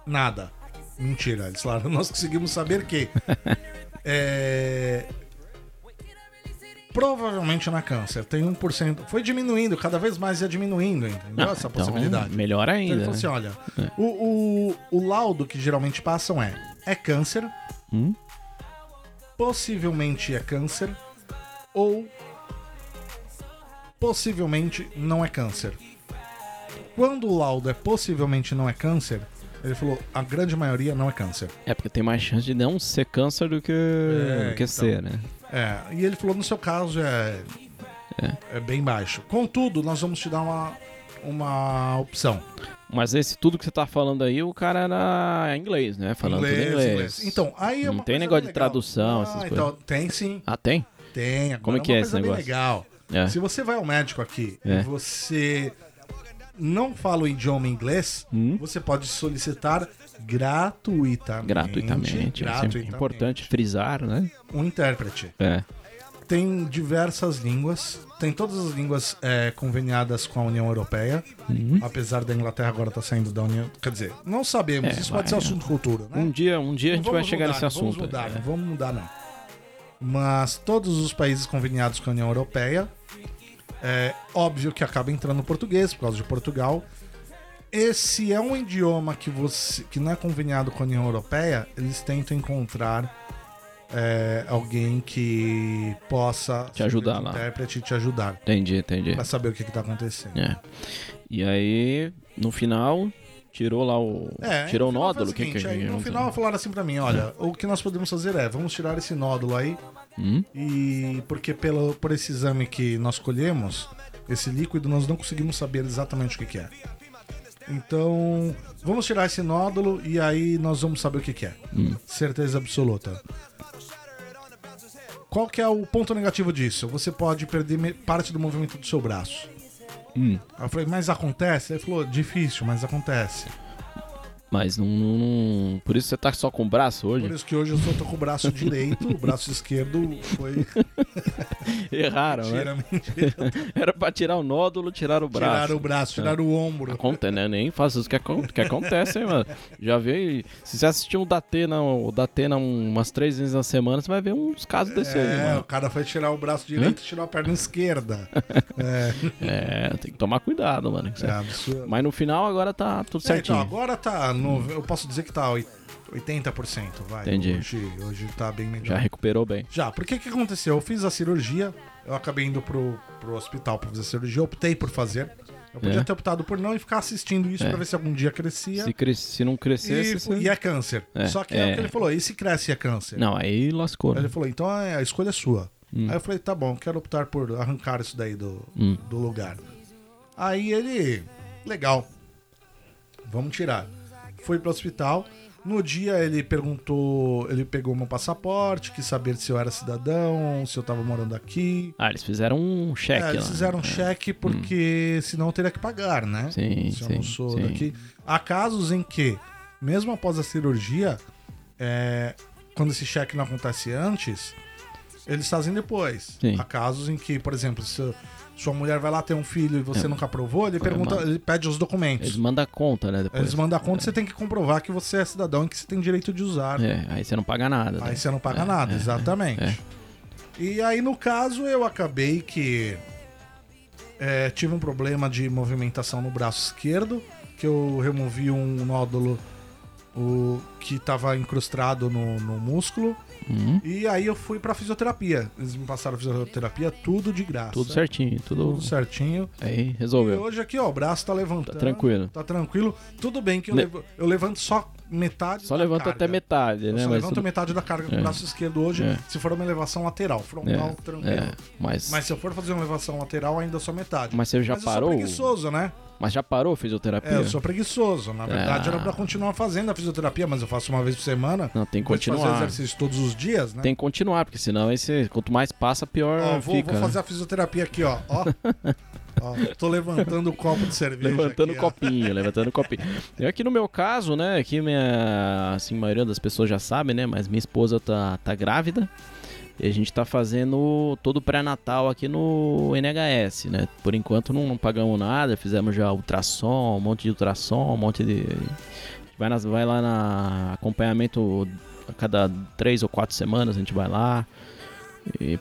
B: nada. Mentira, eles falaram, nós conseguimos
A: (laughs)
B: saber que. é, Provavelmente na câncer, tem 1%. Foi diminuindo, cada vez mais ia diminuindo, entendeu? Essa
A: Então,
B: possibilidade.
A: Melhor
B: Então
A: ainda.
B: ele falou assim:
A: né?
B: olha, o, o, o laudo que geralmente passam é: é câncer,
A: Hum?
B: possivelmente é câncer, ou possivelmente não é câncer. Quando o laudo é possivelmente não é câncer, ele falou: a grande maioria não é câncer.
A: É porque tem mais chance de não ser câncer do que, do que
B: então.
A: ser, né?
B: É, e ele falou: no seu caso é É bem baixo. Contudo, nós vamos te dar uma, uma opção.
A: Mas esse tudo que você tá falando aí, o cara era inglês, né? Falando tudo inglês.
B: Então, aí é
A: Não
B: uma
A: tem
B: coisa
A: negócio
B: bem
A: de
B: legal.
A: tradução,
B: Ah,
A: essas
B: então, Tem sim.
A: Ah, tem?
B: Tem. Agora
A: Como é que
B: uma
A: é
B: coisa
A: esse
B: bem
A: negócio?
B: legal.
A: É.
B: Se você vai ao médico aqui
A: É.
B: e você não fala o idioma inglês,
A: Hum?
B: você pode solicitar gratuitamente.
A: Gratuitamente. É
B: gratuitamente,
A: importante frisar, né?
B: Um intérprete.
A: É.
B: Tem diversas línguas. Tem todas as línguas é, conveniadas com a União Europeia.
A: Uhum.
B: Apesar da Inglaterra agora estar saindo da União. Quer dizer, não sabemos.
A: É,
B: Isso
A: vai,
B: pode ser
A: né?
B: assunto de cultura, né?
A: Um dia, um dia a gente
B: Não
A: vai
B: vamos
A: chegar
B: mudar,
A: nesse
B: não
A: assunto.
B: Vamos mudar, né?
A: é.
B: não vamos mudar, não. Mas todos os países conveniados com a União Europeia, é óbvio que acaba entrando o português, por causa de Portugal. Esse é um idioma que, você, que não é conveniado com a União Europeia, eles tentam encontrar é, alguém que possa
A: Te ajudar
B: ser
A: lá.
B: intérprete e te ajudar.
A: Entendi, entendi.
B: Pra saber o que, que tá acontecendo.
A: É. E aí, no final, tirou lá o.
B: É,
A: tirou o
B: no final foi
A: nódulo? O que,
B: seguinte,
A: que,
B: aí
A: que-
B: No final falaram assim pra mim, olha, o que nós podemos fazer é, vamos tirar esse nódulo aí.
A: Hum?
B: E porque pelo, por esse exame que nós colhemos, esse líquido, nós não conseguimos saber exatamente o que, que é. Então, vamos tirar esse nódulo e aí nós vamos saber o que, que é.
A: Hum.
B: Certeza absoluta. Qual que é o ponto negativo disso? Você pode perder me- parte do movimento do seu braço.
A: Hum.
B: Aí eu falei, mas acontece? Ele falou, difícil, mas acontece.
A: Mas não, não- não- Por isso você tá só com o braço hoje?
B: Por isso que hoje eu só tô com o braço direito, o braço esquerdo foi.
A: Tá (laughs) Erraram, né?
B: Tira, mentira.
A: Era pra tirar o nódulo, tirar o braço. Tá.
B: Tiraram o braço, tiraram o ombro.
A: Conta, né? Nem faço isso que, acon- que acontece, hein, mano? Já vi. Se você assistiu o Datena, o Datena um- umas três vezes na semana, você vai ver uns casos desse aí,
B: É, o
A: mano.
B: cara foi tirar o braço direito e tirou a
A: (laughs)
B: perna esquerda. é,
A: É, tem que tomar cuidado, mano. que isso
B: é
A: é-
B: absurdo.
A: Mas no final agora tá tudo
B: É, então,
A: certinho.
B: agora tá. No, eu posso dizer que tá oi- 80%, vai.
A: Entendi.
B: Hoje, hoje tá bem melhor.
A: Já recuperou bem.
B: Já, porque o que aconteceu? Eu fiz a cirurgia, eu acabei indo pro, pro hospital pra fazer a cirurgia, eu optei por fazer. Eu podia
A: É.
B: ter optado por não e ficar assistindo isso pra ver se algum dia crescia.
A: Se, cres- se não crescesse.
B: E,
A: você-
B: e é câncer.
A: É,
B: Só que é.
A: é.
B: o que ele falou, e se cresce é câncer?
A: Não, aí lascou.
B: Aí
A: Né?
B: ele falou, então é, a escolha é sua.
A: Hum.
B: Aí eu falei, tá bom, quero optar por arrancar isso daí do, do lugar. Aí ele, legal, vamos tirar. Fui pro hospital. No dia ele perguntou, ele pegou meu passaporte, quis saber se eu era cidadão, se eu tava morando aqui.
A: Ah, eles fizeram um cheque
B: É, eles
A: lá.
B: fizeram um
A: É.
B: cheque porque senão eu teria que pagar, né?
A: Sim,
B: Se eu
A: sim,
B: não sou
A: sim.
B: daqui. Há casos em que, mesmo após a cirurgia, é, quando esse cheque não acontece antes, eles fazem depois.
A: Sim.
B: Há casos em que, por exemplo, se sua mulher vai lá ter um filho e
A: É.
B: você nunca aprovou, ele pergunta,
A: mano.
B: ele pede os documentos.
A: Eles
B: Eles,
A: mandam a conta, né? Depois.
B: mandam a conta, você tem que comprovar que você é cidadão e que você tem direito de usar.
A: É, aí você não paga nada. né?
B: Aí você não paga nada, exatamente.
A: é.
B: E aí, no caso, eu acabei que é, tive um problema de movimentação no braço esquerdo, que eu removi um nódulo o, que estava incrustado no, no músculo.
A: Uhum.
B: E aí eu fui pra fisioterapia. Eles me passaram fisioterapia tudo de graça.
A: Tudo certinho, tudo.
B: Tudo certinho.
A: Aí
B: E
A: resolveu.
B: hoje aqui, ó, o braço tá levantando.
A: Tá tranquilo.
B: Tá tranquilo. Tudo bem que eu,
A: Ne-
B: levo- eu levanto só metade
A: Só
B: da
A: levanta
B: carga.
A: até metade,
B: Eu
A: né?
B: Tá só
A: Mas
B: levanto
A: tudo-
B: metade da carga com
A: É.
B: o braço esquerdo hoje,
A: É.
B: se for uma elevação lateral. Frontal,
A: É,
B: tranquilo.
A: é, mas,
B: Mas
A: mas,
B: se eu for fazer uma elevação lateral, ainda só metade.
A: Mas você já
B: eu
A: parou?
B: sou preguiçoso, né?
A: já parou a
B: É,
A: fisioterapia?
B: eu sou preguiçoso. Na verdade, era pra continuar fazendo a fisioterapia, mas eu faço uma vez por semana.
A: Ah. Não, tem que
B: Depois de
A: continuar.
B: fazer exercício todos os dias, né?
A: Tem que continuar, porque senão aí você, quanto mais passa, pior
B: Ó, vou,
A: fica.
B: vou fazer
A: né?
B: a fisioterapia aqui, ó.
A: (laughs)
B: ó. Ó, tô levantando o copo de cerveja.
A: Levantando
B: aqui, ó.
A: copinho, levantando copinho. E aqui no meu caso, né, aqui minha, assim, a maioria das pessoas já sabe, né, mas minha esposa tá, tá grávida e a gente tá fazendo todo o pré-natal aqui no NHS, né. Por enquanto não, não pagamos nada, fizemos já ultrassom, um monte de ultrassom, um monte de... Vai, nas, vai lá na acompanhamento a cada três ou quatro semanas a gente vai lá. E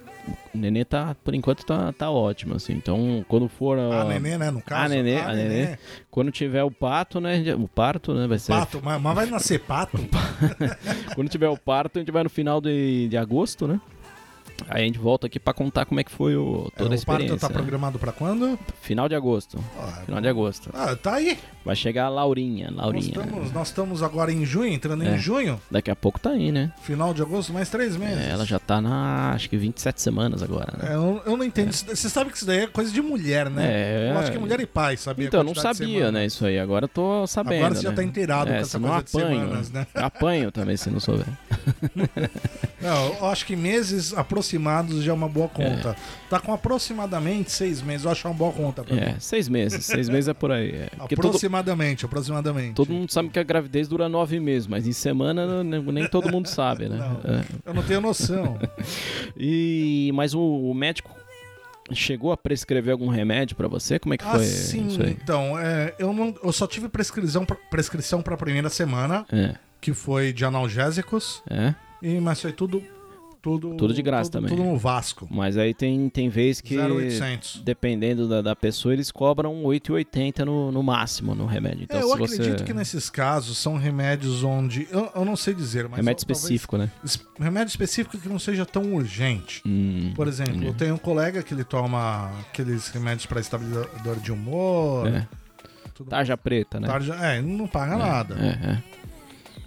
A: o nenê tá, por enquanto, tá, tá ótimo, assim. Então, quando for...
B: A
A: ó, Ah,
B: nenê, né? No caso.
A: a nenê, a nenê. Quando tiver o pato, né? a gente- O parto, né? Vai ser. (laughs)
B: Pato, mas, mas vai nascer pato?
A: Quando tiver o parto, a gente vai no final de, de agosto, né? Aí a gente volta aqui pra contar como é que foi o, toda a
B: o parto
A: experiência.
B: tá
A: né?
B: programado pra quando?
A: Final de agosto.
B: Ah,
A: Final de agosto.
B: Ah, tá aí.
A: Vai chegar a Laurinha,
B: Nós
A: Laurinha.
B: estamos, nós estamos agora em junho, entrando
A: É.
B: em junho,
A: Daqui a pouco tá aí, né?
B: final de agosto, mais três meses.
A: É, ela já tá na, acho que 27 semanas agora, né?
B: É, eu, eu não entendo. isso. Você sabe que isso daí é coisa de mulher, né?
A: É.
B: Eu acho que é mulher e pai, sabia?
A: Então, eu não sabia, né, isso aí. Agora eu tô sabendo,
B: Agora você já
A: né?
B: tá inteirado
A: é,
B: com
A: se
B: essa
A: não
B: coisa de
A: apanho,
B: semanas, né?
A: Eu Apanho também, se não
B: (laughs)
A: souber.
B: Não, É, eu acho que meses aproximados já é uma boa conta. Tá com aproximadamente seis meses, eu acho uma boa conta. pra mim.
A: É, seis meses. Seis meses é por aí. É. Porque todo,
B: Aproximadamente, aproximadamente.
A: todo mundo sabe que a gravidez dura nove meses, mas em semana né, nem nem todo mundo sabe, né?
B: Não.
A: É.
B: Eu não
A: (laughs)
B: tenho noção.
A: E mas o, o médico chegou a prescrever algum remédio pra você? Como é que foi
B: assim,
A: isso aí?
B: então, é, eu, não, eu só tive prescrição pra, prescrição pra primeira semana,
A: É,
B: que foi de analgésicos,
A: é.
B: e, mas foi tudo. Tudo,
A: Tudo de graça
B: tudo-
A: também.
B: Tudo no Vasco.
A: Mas aí tem tem vez que
B: 0,800.
A: dependendo da, da pessoa eles cobram 8,80 no, no máximo no remédio. Então
B: É, eu
A: se você
B: acredito que nesses casos são remédios onde. Eu, eu não sei dizer, mas.
A: remédio
B: eu- talvez-
A: específico, né?
B: es- remédio específico que não seja tão urgente.
A: Hum,
B: Por exemplo, eu tenho um colega que ele toma aqueles remédios para estabilizador de humor.
A: É.
B: tudo-
A: tarja preta, né?
B: tarja- é, não paga nada.
A: É, é.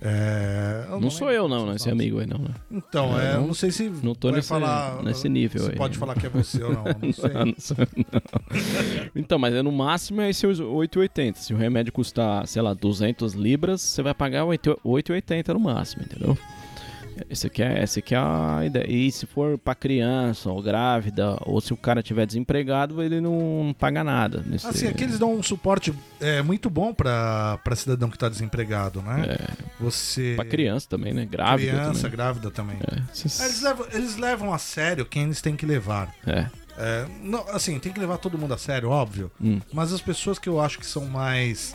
B: É, eu
A: Não, sou
B: lembro
A: eu não, né?
B: essas
A: Esse amigo aí não, né?
B: Então,
A: É,
B: é, eu
A: não-
B: não sei se
A: não tô
B: vai
A: nesse-
B: falar,
A: nesse nível
B: se
A: aí. né?
B: pode falar que é você ou não,
A: (laughs)
B: não sei.
A: Ah, não sei, não. Então, mas é no máximo é esse 8,80. Se o remédio custar, sei lá, 200 libras, você vai pagar 8 8,80 no máximo, entendeu? Esse aqui é, essa aqui é a ideia. E se for pra criança ou grávida, ou se o cara tiver desempregado, ele não paga nada. Nesse...
B: Assim, aqui eles dão um suporte é, muito bom pra pra cidadão que tá desempregado, né? Você...
A: É. Pra criança também, né? Grávida
B: Criança,
A: também.
B: grávida também.
A: É, esses-
B: Eles levam, eles levam a sério quem eles têm que levar.
A: é.
B: É, não, assim, tem que levar todo mundo a sério, óbvio.
A: Hum.
B: Mas as pessoas que eu acho que são mais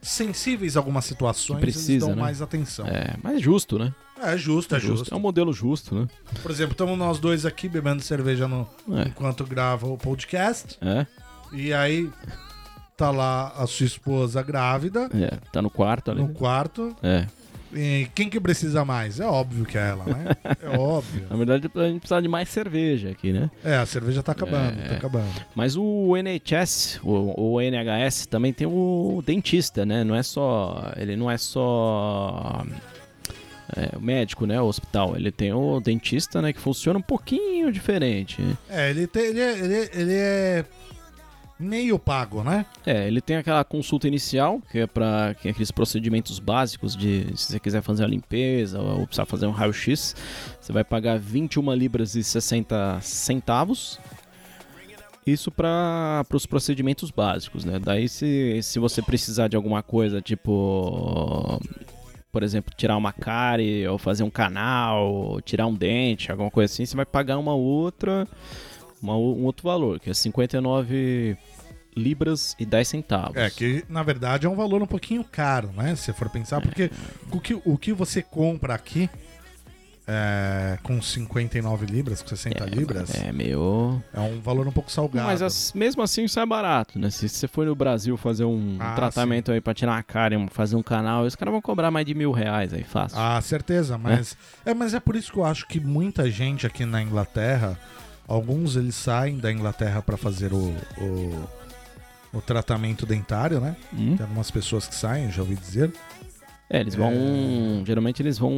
B: sensíveis a algumas situações,
A: Que precisa,
B: eles dão
A: né?
B: mais atenção. É,
A: É, mas justo, né?
B: justo, é justo.
A: É um modelo justo, né?
B: Por exemplo, estamos nós dois aqui bebendo cerveja no,
A: É.
B: enquanto grava o podcast.
A: É,
B: E aí tá lá a sua esposa grávida
A: é. Tá no quarto ali.
B: no
A: né?
B: quarto.
A: É.
B: E quem que precisa mais? É óbvio que é ela, né? É óbvio.
A: Na verdade, a gente precisava de mais cerveja aqui, né?
B: É, a cerveja tá acabando, tá acabando.
A: Mas o NHS, o, o NHS também tem o dentista, né? Não é só, ele não é só é, o médico, né? O hospital, ele tem o dentista, né? Que funciona um pouquinho diferente.
B: É, ele, tem, ele, é, ele, é- ele é meio pago, né?
A: É, ele tem aquela consulta inicial, que é para aqueles procedimentos básicos de se você quiser fazer uma limpeza ou, ou precisar fazer um raio-x, você vai pagar 21 libras e 60 centavos. Isso para os procedimentos básicos, né? Daí se, se você precisar de alguma coisa, tipo por exemplo, tirar uma cárie, ou fazer um canal, ou tirar um dente, alguma coisa assim, você vai pagar uma outra, uma o- um outro valor, que é 59 libras e 10 centavos.
B: É, que na verdade é um valor um pouquinho caro, né? Se for pensar, porque o que, o que você compra aqui é, com 59 libras, com 60 libras, é.
A: É meio...
B: um valor um pouco salgado.
A: Mas as- mesmo assim sai barato, né? Se você for no Brasil fazer um
B: Ah,
A: tratamento aí pra tirar uma cárie, um- fazer um canal, os caras vão cobrar mais de mil reais aí, fácil.
B: Ah, certeza, mas é. mas é por isso que eu acho que muita gente aqui na Inglaterra, alguns eles saem da Inglaterra para fazer o, o, o tratamento dentário, né?
A: Hum?
B: Tem algumas pessoas que saem, já ouvi dizer.
A: É, eles vão...
B: É.
A: Geralmente eles vão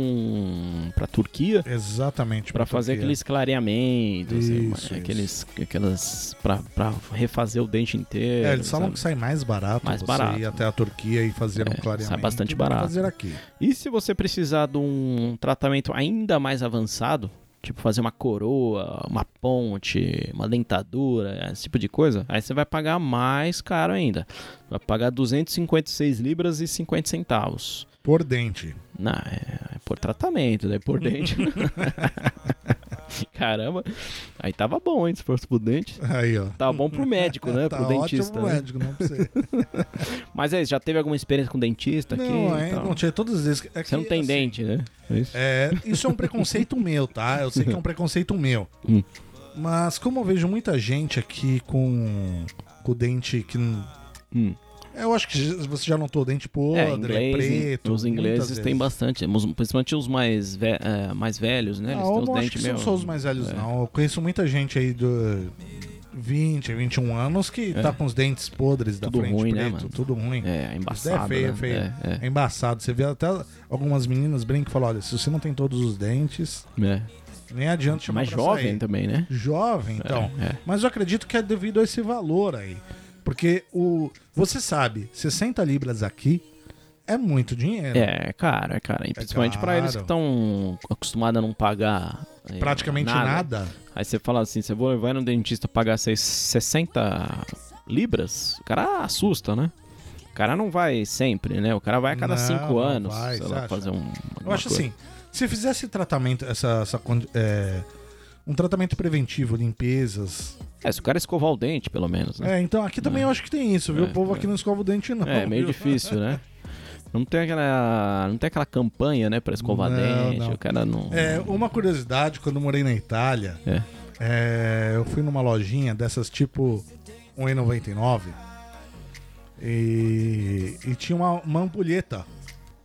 A: pra Turquia,
B: Exatamente.
A: Pra fazer
B: Turquia.
A: aquele esclareamento, assim,
B: Isso, isso.
A: aqueles, aquelas pra, pra refazer o dente inteiro.
B: É, eles falam
A: sabe?
B: que sai mais barato
A: Mais
B: você
A: barato. É,
B: ir até a Turquia e fazer um
A: sai
B: clareamento.
A: bastante
B: do que
A: barato.
B: fazer aqui.
A: E se você precisar de um tratamento ainda mais avançado, tipo fazer uma coroa, uma ponte, uma dentadura, esse tipo de coisa, aí você vai pagar mais caro ainda. Vai pagar 256 libras e 50 centavos.
B: Por dente.
A: Não, é, é por tratamento, né? Por
B: (laughs)
A: dente. Caramba, aí tava bom, hein? Se fosse por dente.
B: Aí, ó.
A: Tá bom pro médico,
B: (laughs)
A: né?
B: tá
A: pro
B: ótimo
A: dentista.
B: pro
A: né?
B: médico, não
A: (laughs)
B: pra você.
A: Mas é isso, já teve alguma experiência com dentista Tá aqui?
B: não, é,
A: e tal?
B: não tinha todas as vezes. que- é
A: Você não
B: que,
A: tem
B: assim,
A: dente, né? É isso?
B: É, isso é um preconceito (laughs) meu, tá? Eu sei que é um preconceito meu.
A: Hum.
B: Mas como eu vejo muita gente aqui com, com o dente que n-
A: Hum.
B: Eu acho que você já notou dente podre,
A: É, inglês,
B: preto.
A: os
B: muitas
A: ingleses têm
B: vezes.
A: bastante, os- principalmente os mais, ve- é, mais velhos, né? Eles
B: Ah, eu
A: têm
B: não
A: os
B: acho que
A: dentes meio... É.
B: são só os mais velhos, não. Eu conheço muita gente aí do 20, 21 anos que tá com os dentes podres da
A: É. Tudo
B: frente,
A: ruim, né,
B: preto,
A: mano?
B: tudo ruim.
A: É, é
B: Isso daí
A: embaçado,
B: é feio,
A: né?
B: é feio.
A: É,
B: É embaçado. Você vê até algumas meninas brincam e falam: olha, se você não tem todos os dentes,
A: é, é.
B: nem adianta chamar
A: Mais
B: pra
A: jovem
B: sair.
A: também, né?
B: Jovem, então.
A: é.
B: Mas eu acredito que é devido a esse valor aí. Porque o. Você sabe, 60 libras aqui é muito dinheiro.
A: É, é caro, é caro. E principalmente pra eles que
B: caro.
A: estão acostumados a não pagar... é,
B: Praticamente nada.
A: Aí você fala assim, você vai vai no dentista pagar seis- 60 libras, o cara assusta, né? O cara não vai sempre, né? O cara vai a cada
B: Não,
A: cinco
B: não
A: anos,
B: vai,
A: sei
B: você
A: lá,
B: acha?
A: fazer um...
B: Eu
A: alguma
B: acho
A: coisa.
B: assim, se fizesse tratamento, essa, essa con- é, um tratamento preventivo, limpezas.
A: É, se o cara escovar o dente, pelo menos, né?
B: É, então aqui também eu acho que tem isso, viu? o povo aqui não escova o dente, não.
A: É, meio
B: viu?
A: difícil, né? Não tem aquela, não tem aquela campanha, né, pra escovar
B: Não,
A: dente,
B: não.
A: o cara não...
B: É, uma curiosidade, quando eu morei na Itália,
A: É.
B: é, eu fui numa lojinha dessas tipo 1,99 e, e tinha uma, uma ampulheta.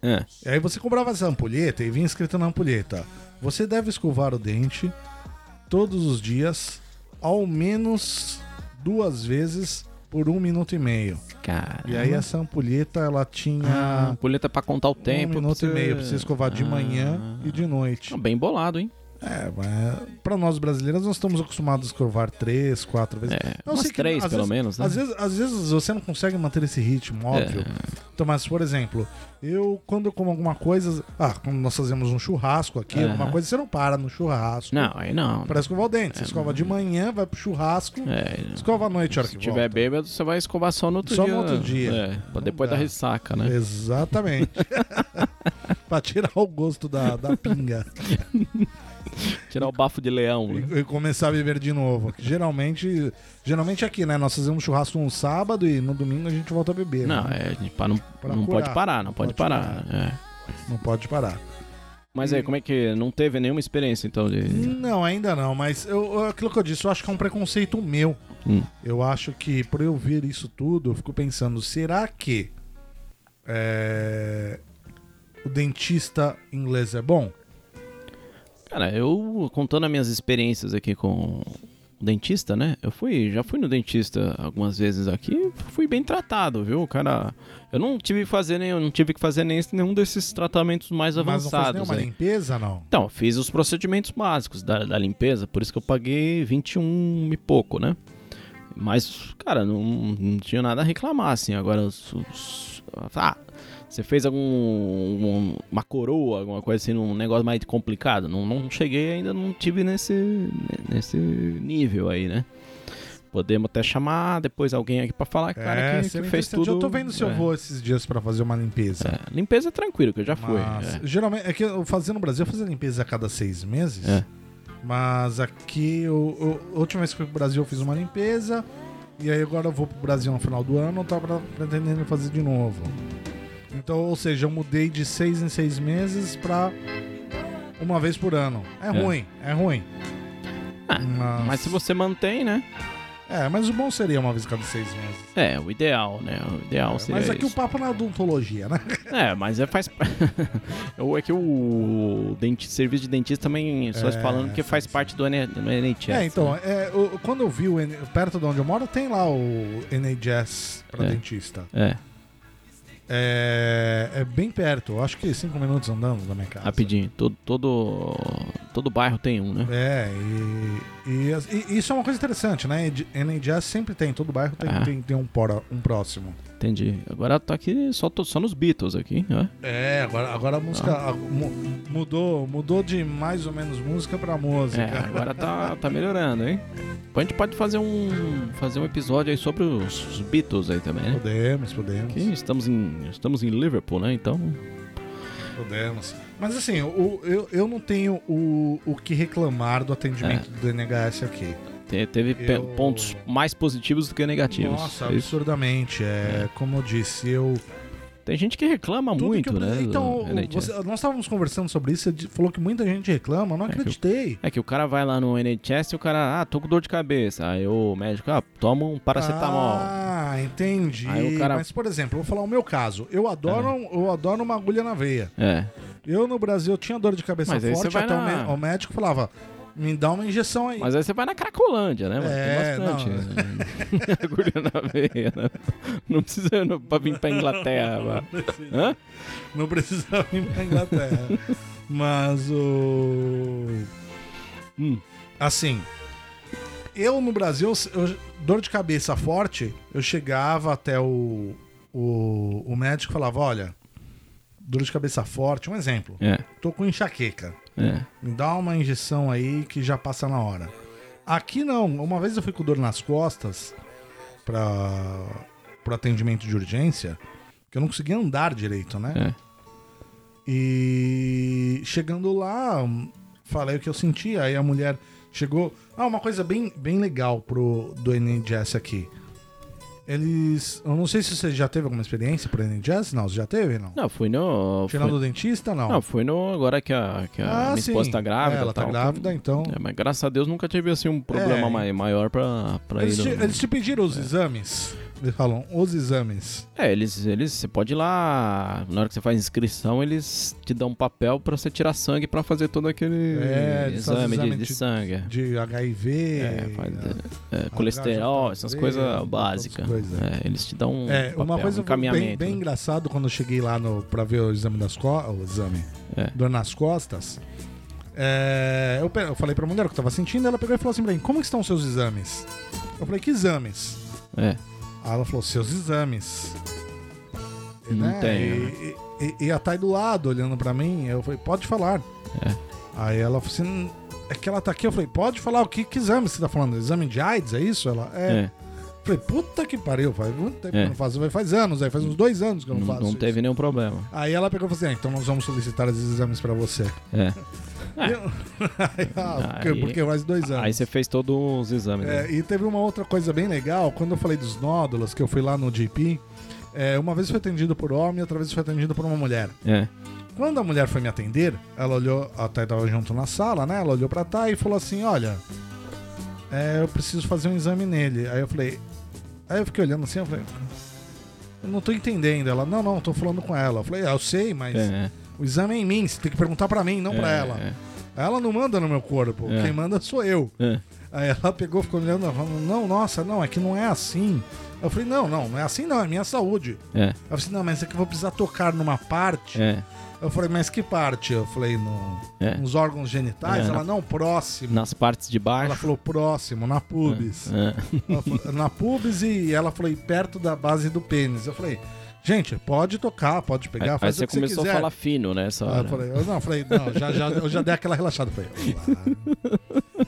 A: É.
B: E aí você comprava essa ampulheta e vinha escrito na ampulheta: Você deve escovar o dente todos os dias, ao menos duas vezes por um minuto e meio.
A: Cara...
B: E aí essa ampulheta ela
A: Ah,
B: tinha
A: ampulheta pra contar o tempo.
B: um minuto
A: pra
B: e
A: você-
B: meio pra você escovar de manhã e de noite.
A: Ah, Bem bolado, hein?
B: É, mas pra nós brasileiros, nós estamos acostumados a escovar três, quatro vezes.
A: É,
B: Eu
A: umas
B: sei que,
A: três,
B: às
A: pelo
B: vezes-
A: menos, né? É.
B: Às vezes, às vezes você não consegue manter esse ritmo, óbvio. Então, mas, por exemplo, eu, quando eu como alguma coisa. Ah, quando nós fazemos um churrasco aqui,
A: Aham.
B: alguma coisa, você não para no churrasco.
A: Não, aí não.
B: Pra escovar o dente. Você escova de manhã, vai pro churrasco,
A: É,
B: escova à noite, a hora que
A: Se tiver
B: volta.
A: bêbado, você vai escovar só no outro
B: Só no
A: dia.
B: outro dia.
A: É, pra
B: Não
A: depois
B: dá.
A: da ressaca, né? (laughs)
B: Exatamente. (laughs) pra tirar o gosto da, da pinga É.
A: Tirar o bafo de leão, né?
B: e, e começar a beber de novo. Geralmente, geralmente aqui, né? Nós fazemos churrasco no sábado e no domingo a gente volta a beber.
A: Não,
B: né?
A: é, pra- não,
B: Pra
A: não
B: curar.
A: pode parar, não pode,
B: Pode
A: parar. é.
B: Não pode parar.
A: Mas aí, como é que. Não teve nenhuma experiência, então, de.
B: Não, ainda não, mas eu, eu- aquilo que eu disse, eu acho que é um preconceito meu.
A: Hum.
B: Eu acho que por eu ver isso tudo, eu fico pensando, será que é, o dentista inglês é bom?
A: Cara, eu contando as minhas experiências aqui com o dentista, né? Eu fui, já fui no dentista algumas vezes aqui, fui bem tratado, viu? O Cara, eu não tive que fazer nenhum, não tive que fazer nem- nenhum desses tratamentos mais
B: mas não faz
A: avançados
B: nenhuma
A: aí.
B: limpeza, não?
A: Então, eu fiz os procedimentos básicos da, da limpeza, por isso que eu paguei 21 e pouco, né? Mas, cara, não, não tinha nada a reclamar, assim. Agora, os- os- ah, você fez algum um- uma coroa, alguma coisa assim, um negócio mais complicado? Não, não cheguei ainda, não tive nesse, nesse nível aí, né? Podemos até chamar depois alguém aqui pra falar, cara,
B: é,
A: que, que
B: seria
A: fez
B: interessante.
A: tudo.
B: Eu tô vendo se eu
A: é,
B: vou esses dias pra fazer uma limpeza.
A: é, limpeza é tranquilo, que eu já fui.
B: Mas,
A: é.
B: Geralmente, é que eu fazia no Brasil, eu fazia limpeza a cada seis meses.
A: É.
B: Mas aqui, eu, eu- a última vez que fui pro Brasil, eu fiz uma limpeza. E aí agora eu vou pro Brasil no final do ano, eu tava pretendendo fazer de novo. Então, ou seja, eu mudei de seis em seis meses pra uma vez por ano. É, ruim, é ruim.
A: Ah,
B: mas,
A: Mas se você mantém, né?
B: É, mas o bom seria uma vez a cada seis meses.
A: É, o ideal, né? O ideal seria
B: É, mas aqui o
A: isso.
B: papo na odontologia, né?
A: É, mas é faz... (laughs) Ou é que o denti... serviço de dentista também, só
B: É,
A: falando que faz parte do, N... do NHS.
B: É, então,
A: né?
B: é, o- quando eu vi o N- perto de onde eu moro, tem lá o NHS pra
A: É.
B: dentista.
A: É,
B: É, é bem perto, eu acho que cinco minutos andando da minha casa.
A: rapidinho. Todo, todo... todo bairro tem um, né?
B: É, e, e as- e isso é uma coisa interessante, né? De- NHS sempre tem, todo bairro tem,
A: Ah.
B: tem, tem um, pora- um próximo.
A: Entendi. Agora tá aqui só, tô- só nos Beatles aqui, né?
B: É, agora, agora a música
A: Ah.
B: a- mu- mudou, mudou de mais ou menos música pra música.
A: É, agora tá, tá melhorando, hein? Depois a gente pode fazer um, fazer um episódio aí sobre os os Beatles aí também, né?
B: Podemos, podemos.
A: Que estamos em, estamos em Liverpool, né? Então,
B: Podemos. Mas assim, o- eu, eu não tenho o, o que reclamar
A: É.
B: do atendimento do NHS aqui.
A: te- teve pe-
B: Eu-
A: pontos mais positivos do que negativos.
B: Nossa,
A: É isso.
B: absurdamente. É, Como eu disse, eu.
A: Tem gente que reclama
B: tudo
A: muito,
B: que eu-
A: né?
B: Então,
A: do NHS.
B: você- nós estávamos conversando sobre isso, você di- falou que muita gente reclama, eu não
A: É que eu-
B: acreditei.
A: É que o cara vai lá no NHS e o cara, ah, tô com dor de cabeça. Aí o médico, ah, toma um paracetamol.
B: Ah, Ah, entendi.
A: Aí o cara-
B: Mas, por exemplo, eu vou falar o meu caso. Eu adoro, eu adoro uma agulha na veia.
A: É.
B: Eu, no Brasil, tinha dor de cabeça
A: Mas aí você
B: forte.
A: vai
B: Até o,
A: na-
B: mé- o médico falava, me dá uma injeção aí. (laughs)
A: Mas (laughs) aí você vai na Cracolândia, né? Mano?
B: É,
A: Tem bastante. né? (laughs) Agulha na veia, né? Não precisa não, pra vir pra Inglaterra. mano. Hã?
B: Não precisava (laughs) ir pra Inglaterra. Mas o.
A: Hum.
B: Assim. Eu no Brasil, eu- dor de cabeça forte, eu chegava até o, o, o médico e falava: Olha, dor de cabeça forte, um exemplo,
A: É,
B: tô com enxaqueca,
A: é.
B: me dá uma injeção aí que já passa na hora. Aqui não, uma vez eu fui com dor nas costas para pro atendimento de urgência, que eu não conseguia andar direito, né?
A: É.
B: E chegando lá, hum, falei o que eu sentia. Aí a mulher chegou. Ah, uma coisa bem, bem legal pro do NHS aqui. Eles. Eu não sei se você já teve alguma experiência pro NHS. Não, você já teve? Não.
A: Não, fui no. Fui,
B: Tirando do dentista? Não.
A: não, fui no. Agora que a, que a
B: Ah,
A: minha esposa
B: sim.
A: tá grávida.
B: É, ela tá
A: tal.
B: grávida, então.
A: É, mas graças a Deus nunca tive assim um problema
B: É.
A: mai- maior pra, pra
B: eles,
A: ir.
B: te,
A: no-
B: eles te pediram os exames. Eles falam, os exames.
A: É, eles, eles. Você pode ir lá. Na hora que você faz inscrição, eles te dão um papel pra você tirar sangue pra fazer todo aquele
B: É, eles fazem
A: exame, de-
B: exame
A: de,
B: de-
A: sangue. é.
B: De HIV.
A: É, faz,
B: né?
A: é, é, colesterol,
B: HJV,
A: essas coisas básicas.
B: todas as tá coisas.
A: É, eles te dão um,
B: É,
A: papel,
B: uma coisa
A: um encaminhamento.
B: bem, bem
A: né?
B: engraçado quando eu cheguei lá no, pra ver o exame das costas, o exame,
A: É.
B: dor nas costas, é, eu, pe- eu falei pra mulher o que eu tava sentindo, ela pegou e falou assim pra mim, como que estão os seus exames? Eu falei, que exames?
A: É,
B: Aí ela falou, seus exames. E,
A: Não
B: né,
A: tenho,
B: e- E, e a Thay do lado, olhando pra mim, eu falei, pode falar.
A: É.
B: Aí ela falou assim, é que ela tá aqui, eu falei, pode falar o que, que exame você tá falando? Exame de AIDS, é isso? Ela, é.
A: é.
B: Falei, puta que pariu, faz muito tempo que
A: É.
B: eu não faço. Vai- Faz anos aí, faz uns dois anos que eu não,
A: Não,
B: faço.
A: não
B: isso.
A: teve nenhum problema.
B: Aí ela pegou e falou assim: ah, então nós vamos solicitar os exames pra você.
A: É.
B: (laughs) Aí, ah, porque,
A: Aí-
B: porque faz dois anos.
A: Aí você fez todos os exames. né?
B: É, e teve uma outra coisa bem legal, quando eu falei dos nódulos, que eu fui lá no JP, é, uma vez foi atendido por homem, outra vez foi atendido por uma mulher.
A: É.
B: Quando a mulher foi me atender, ela olhou, a Thay tava junto na sala, né? Ela olhou pra Thay e falou assim: Olha, é, eu preciso fazer um exame nele. Aí eu falei. Aí eu fiquei olhando assim, eu falei. Eu não tô entendendo. Ela, não, não, tô falando com ela. Eu falei, ah, eu sei, mas
A: É,
B: o exame é em mim, você tem que perguntar pra mim, não Então pra
A: é,
B: ela.
A: é,
B: Ela não manda no meu corpo,
A: É.
B: quem manda sou eu.
A: é.
B: Aí ela pegou, ficou olhando, ela falando, não, nossa, não, é que não é assim. Eu falei, não, não, não é assim não, é minha saúde.
A: É,
B: Ela falou assim, não, mas é que eu vou precisar tocar numa parte.
A: é,
B: Eu falei, mas que parte? Eu falei, no-
A: É.
B: nos órgãos genitais?
A: É.
B: Ela, não, próximo.
A: Nas partes de
B: Ela
A: baixo.
B: falou, próximo, na pubis.
A: É.
B: Ela falou, na pubis e ela falou, e perto da base do pênis. Eu falei, gente, pode tocar, pode pegar,
A: Aí
B: faz
A: você
B: o que você
A: começou
B: quiser.
A: a falar fino, né? Essa
B: Aí eu
A: hora.
B: falei, eu não, falei, não, já, já, eu já dei aquela relaxada. Falei, olá.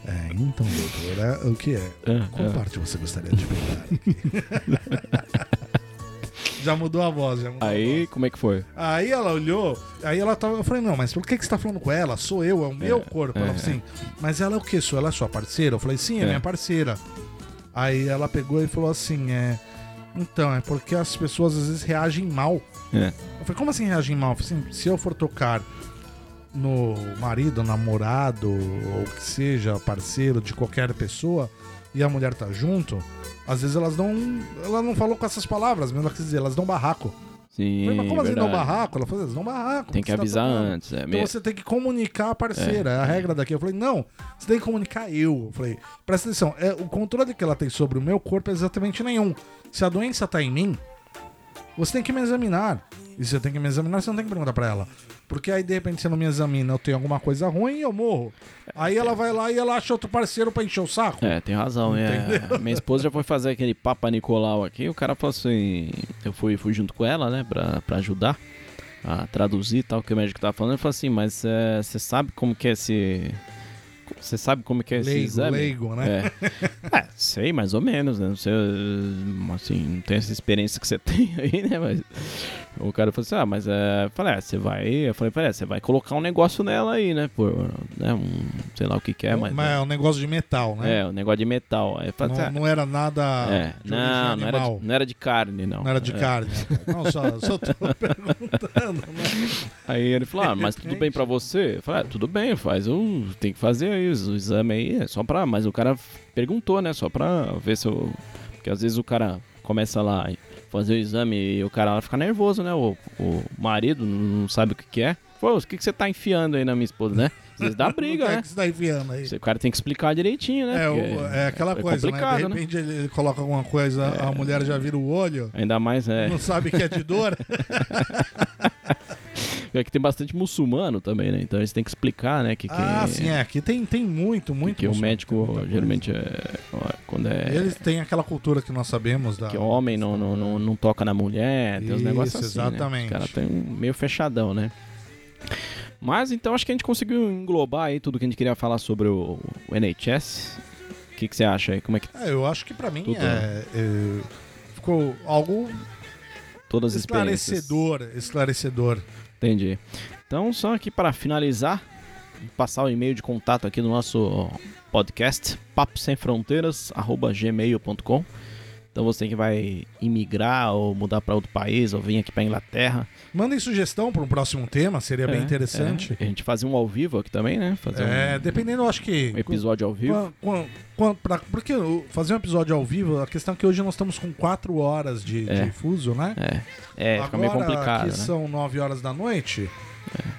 B: É, então, doutora, o que é? Qual
A: É, é.
B: parte você gostaria de pegar? aqui?" (laughs) já mudou a voz, já mudou a voz.
A: Aí, como é que foi?
B: Aí ela olhou, aí ela tava. Eu falei, não, mas por que, que você tá falando com ela? Sou eu, é o meu corpo. Ela falou assim, mas ela é o quê? Sou ela é sua parceira? Eu falei, sim, é,
A: É.
B: minha parceira. Aí ela pegou e falou assim, é. Então, é porque as pessoas às vezes reagem mal.
A: É.
B: Eu falei, como assim reagem mal? Eu falei assim, se eu for tocar no marido, namorado, ou que seja, parceiro de qualquer pessoa, e a mulher tá junto, às vezes elas não. Ela não falou com essas palavras, mas ela quis dizer, elas dão barraco. Eu
A: Sim.
B: falei, mas como assim não
A: verdade.
B: barraco? Ela falou, eles não barraco.
A: Tem
B: porque
A: que
B: você tá
A: avisar
B: tocando.
A: antes. É,
B: Então
A: mesmo.
B: você tem que comunicar a parceira, é a regra daqui. Eu falei, não, você tem que comunicar eu. Eu falei, presta atenção, é, o controle que ela tem sobre o meu corpo é exatamente nenhum. Se a doença tá em mim, você tem que me examinar. E se eu tenho que me examinar, você não tem que perguntar pra ela. Porque aí, de repente, você não me examina, eu tenho alguma coisa ruim e eu morro. Aí ela vai lá e ela acha outro parceiro pra encher o saco.
A: É, tem razão, é. Minha esposa já foi fazer aquele Papa Nicolau aqui, o cara falou assim. Eu fui, fui junto com ela, né, pra, pra ajudar a traduzir e tal, o que o médico tava falando. Ele falou assim, mas é, você sabe como que é esse. Você sabe como que é esse
B: leigo,
A: exame?
B: leigo, né?
A: É. (laughs) É, sei, mais ou menos, né? Não sei, eh, assim, não tenho essa experiência que você (laughs) tem aí, né? Mas o cara falou assim, ah, mas é. Eu falei, ah, você vai. Eu falei, "Pera aí, você vai colocar um negócio nela aí, né? Por, né? Um, sei lá o que, que é, mas.
B: mas é um negócio de metal, né?
A: É, o negócio de metal. Aí eu falei, "Ah,
B: Não, não era nada
A: é,
B: de origem
A: não, não era,
B: animal.
A: de, não era de carne, não.
B: Não era de
A: É.
B: carne. Não, só, só tô
A: (laughs)
B: perguntando. Né?
A: Aí ele falou, ah, mas tudo bem pra você? Eu falei, ah, tudo bem, faz, o tem que fazer aí o exame aí, é só pra... Mas o cara perguntou, né, só pra ver se eu... Porque às vezes o cara começa lá a fazer o exame e o cara lá fica nervoso, né? O, o marido não sabe o que, que é. Pô, o que, que você tá enfiando aí na minha esposa, né? Às vezes dá briga,
B: O que é
A: né?
B: que você tá enfiando aí?
A: Você- O cara tem que explicar direitinho, né?
B: É, o-
A: Porque
B: é aquela coisa, né? De
A: complicado, né?
B: repente ele coloca alguma coisa, a mulher já vira o olho,
A: Ainda mais, é.
B: não sabe que é
A: (laughs)
B: de dor.
A: É que tem bastante muçulmano também, né? Então eles têm que explicar, né? Que, que,
D: Ah, sim, é. Aqui tem, tem muito, muito.
A: que o
D: muçulmano, tem muita
A: médico
D: coisa.
A: geralmente é. ó, Quando é.
B: Eles têm aquela cultura que nós sabemos da.
A: Que é um homem não, não, não, não toca na mulher, tem uns
B: Isso,
A: negócios assim.
B: exatamente.
A: Né? Os caras tem um meio fechadão, né? Mas então acho que a gente conseguiu englobar aí tudo que a gente queria falar sobre o, o NHS. O que, que você acha aí? Como é que
B: É, eu acho que pra mim
A: Tudo.
B: é- é- ficou algo
A: todas as experiências?
B: esclarecedor, esclarecedor.
A: Entendi. Então, só aqui para finalizar, vou passar o e-mail de contato aqui do nosso podcast, paposemfronteiras@gmail.com. Então você que vai imigrar ou mudar para outro país ou vir aqui para Inglaterra,
B: Mandem sugestão para um próximo tema, seria bem
A: É,
B: interessante.
A: é. A gente fazer um ao vivo aqui também, né? Fazer um-
B: É, dependendo, eu acho que.
A: um episódio ao vivo.
B: Quan- quan- quan- pra- porque o- fazer um episódio ao vivo, a questão é que hoje nós estamos com 4 horas de,
A: É.
B: de fuso, né?
A: É, é fica meio
B: Agora,
A: complicado,
B: aqui
A: né? É.
B: são 9 horas da noite.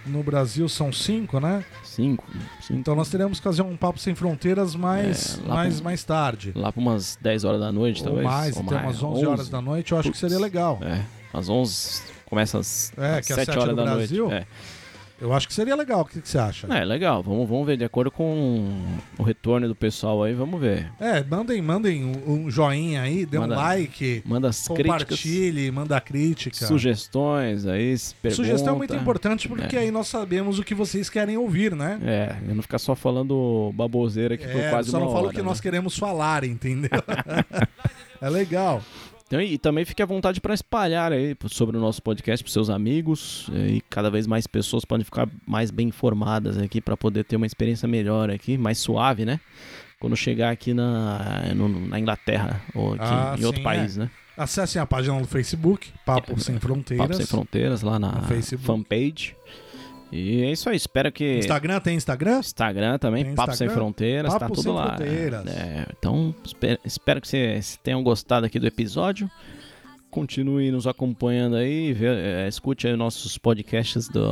B: No Brasil são 5, né?
A: Cinco, cinco.
B: Então nós teremos que fazer um papo sem fronteiras mais,
A: É, lá
B: mais,
A: pro-
B: mais tarde.
A: Lá para umas 10 horas da noite,
B: ou
A: talvez.
B: mais,
A: ou
B: então umas 11, horas da noite, eu acho que
A: Putz.
B: seria legal.
A: É, umas 11... Começa às
B: É,
A: às
B: que é
A: 7
B: sete
A: horas
B: no
A: da
B: Brasil.
A: noite. É.
B: Eu acho que seria legal. O que, que você acha?
A: É, legal. Vamos, vamos ver. De acordo com o retorno do pessoal aí, vamos ver.
B: É, mandem, mandem um um joinha aí, dê
A: Manda-
B: um like,
A: Manda as críticas,
B: compartilhe, manda crítica.
A: sugestões aí, se pergunta.
B: Sugestão é muito importante porque aí nós sabemos o que vocês querem ouvir, né?
A: É, eu não ficar só falando baboseira aqui por
B: É,
A: quase
B: só
A: uma
B: não fala o
A: hora,
B: que
A: né?
B: nós queremos falar, entendeu? (laughs) é legal.
A: Então, e também fique à vontade para espalhar aí sobre o nosso podcast para seus amigos eh, e cada vez mais pessoas podem ficar mais bem informadas aqui para poder ter uma experiência melhor aqui, mais suave, né? Quando chegar aqui na, eh, no- na Inglaterra ou aqui
B: Ah,
A: em outro
B: sim,
A: país, né?
B: Acessem a página do Facebook, Papo
A: É,
B: Sem Fronteiras.
A: Papo Sem Fronteiras lá na
B: No Facebook.
A: fanpage. E é isso aí, espero que...
B: Instagram tem Instagram?
A: Instagram também,
B: Tem
A: Papo Sem
B: Instagram?
A: Fronteiras, tá
B: Papo
A: tudo
B: Sem
A: lá.
B: Fronteiras.
A: É, então, espero, espero que vocês tenham gostado aqui do episódio. Continue nos acompanhando aí, vê- é, escute aí nossos podcasts do,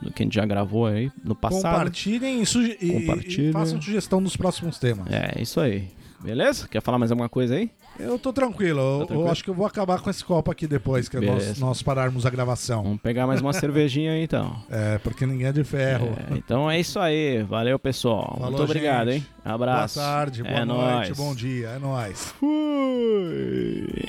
A: do que a gente já gravou aí no passado.
B: Compartilhem e, suge- e-
A: Compartilha.
B: e façam sugestão dos próximos temas.
A: É, isso aí. Beleza? Quer falar mais alguma coisa aí?
B: Eu tô tranquilo, eu, eu
A: É. Tá tranquilo?
B: acho que eu vou acabar com esse copo aqui depois que é nós,
A: Beleza.
B: nós pararmos a gravação.
A: Vamos pegar
B: (laughs)
A: mais uma cervejinha aí então.
B: É, porque ninguém é de ferro.
A: É, então é isso aí. Valeu, pessoal.
B: Falou,
A: Muito obrigado,
B: gente.
A: hein? Abraço.
B: Boa tarde, boa
A: é
B: noite,
A: nóis.
B: bom dia, é nóis.
A: Fui.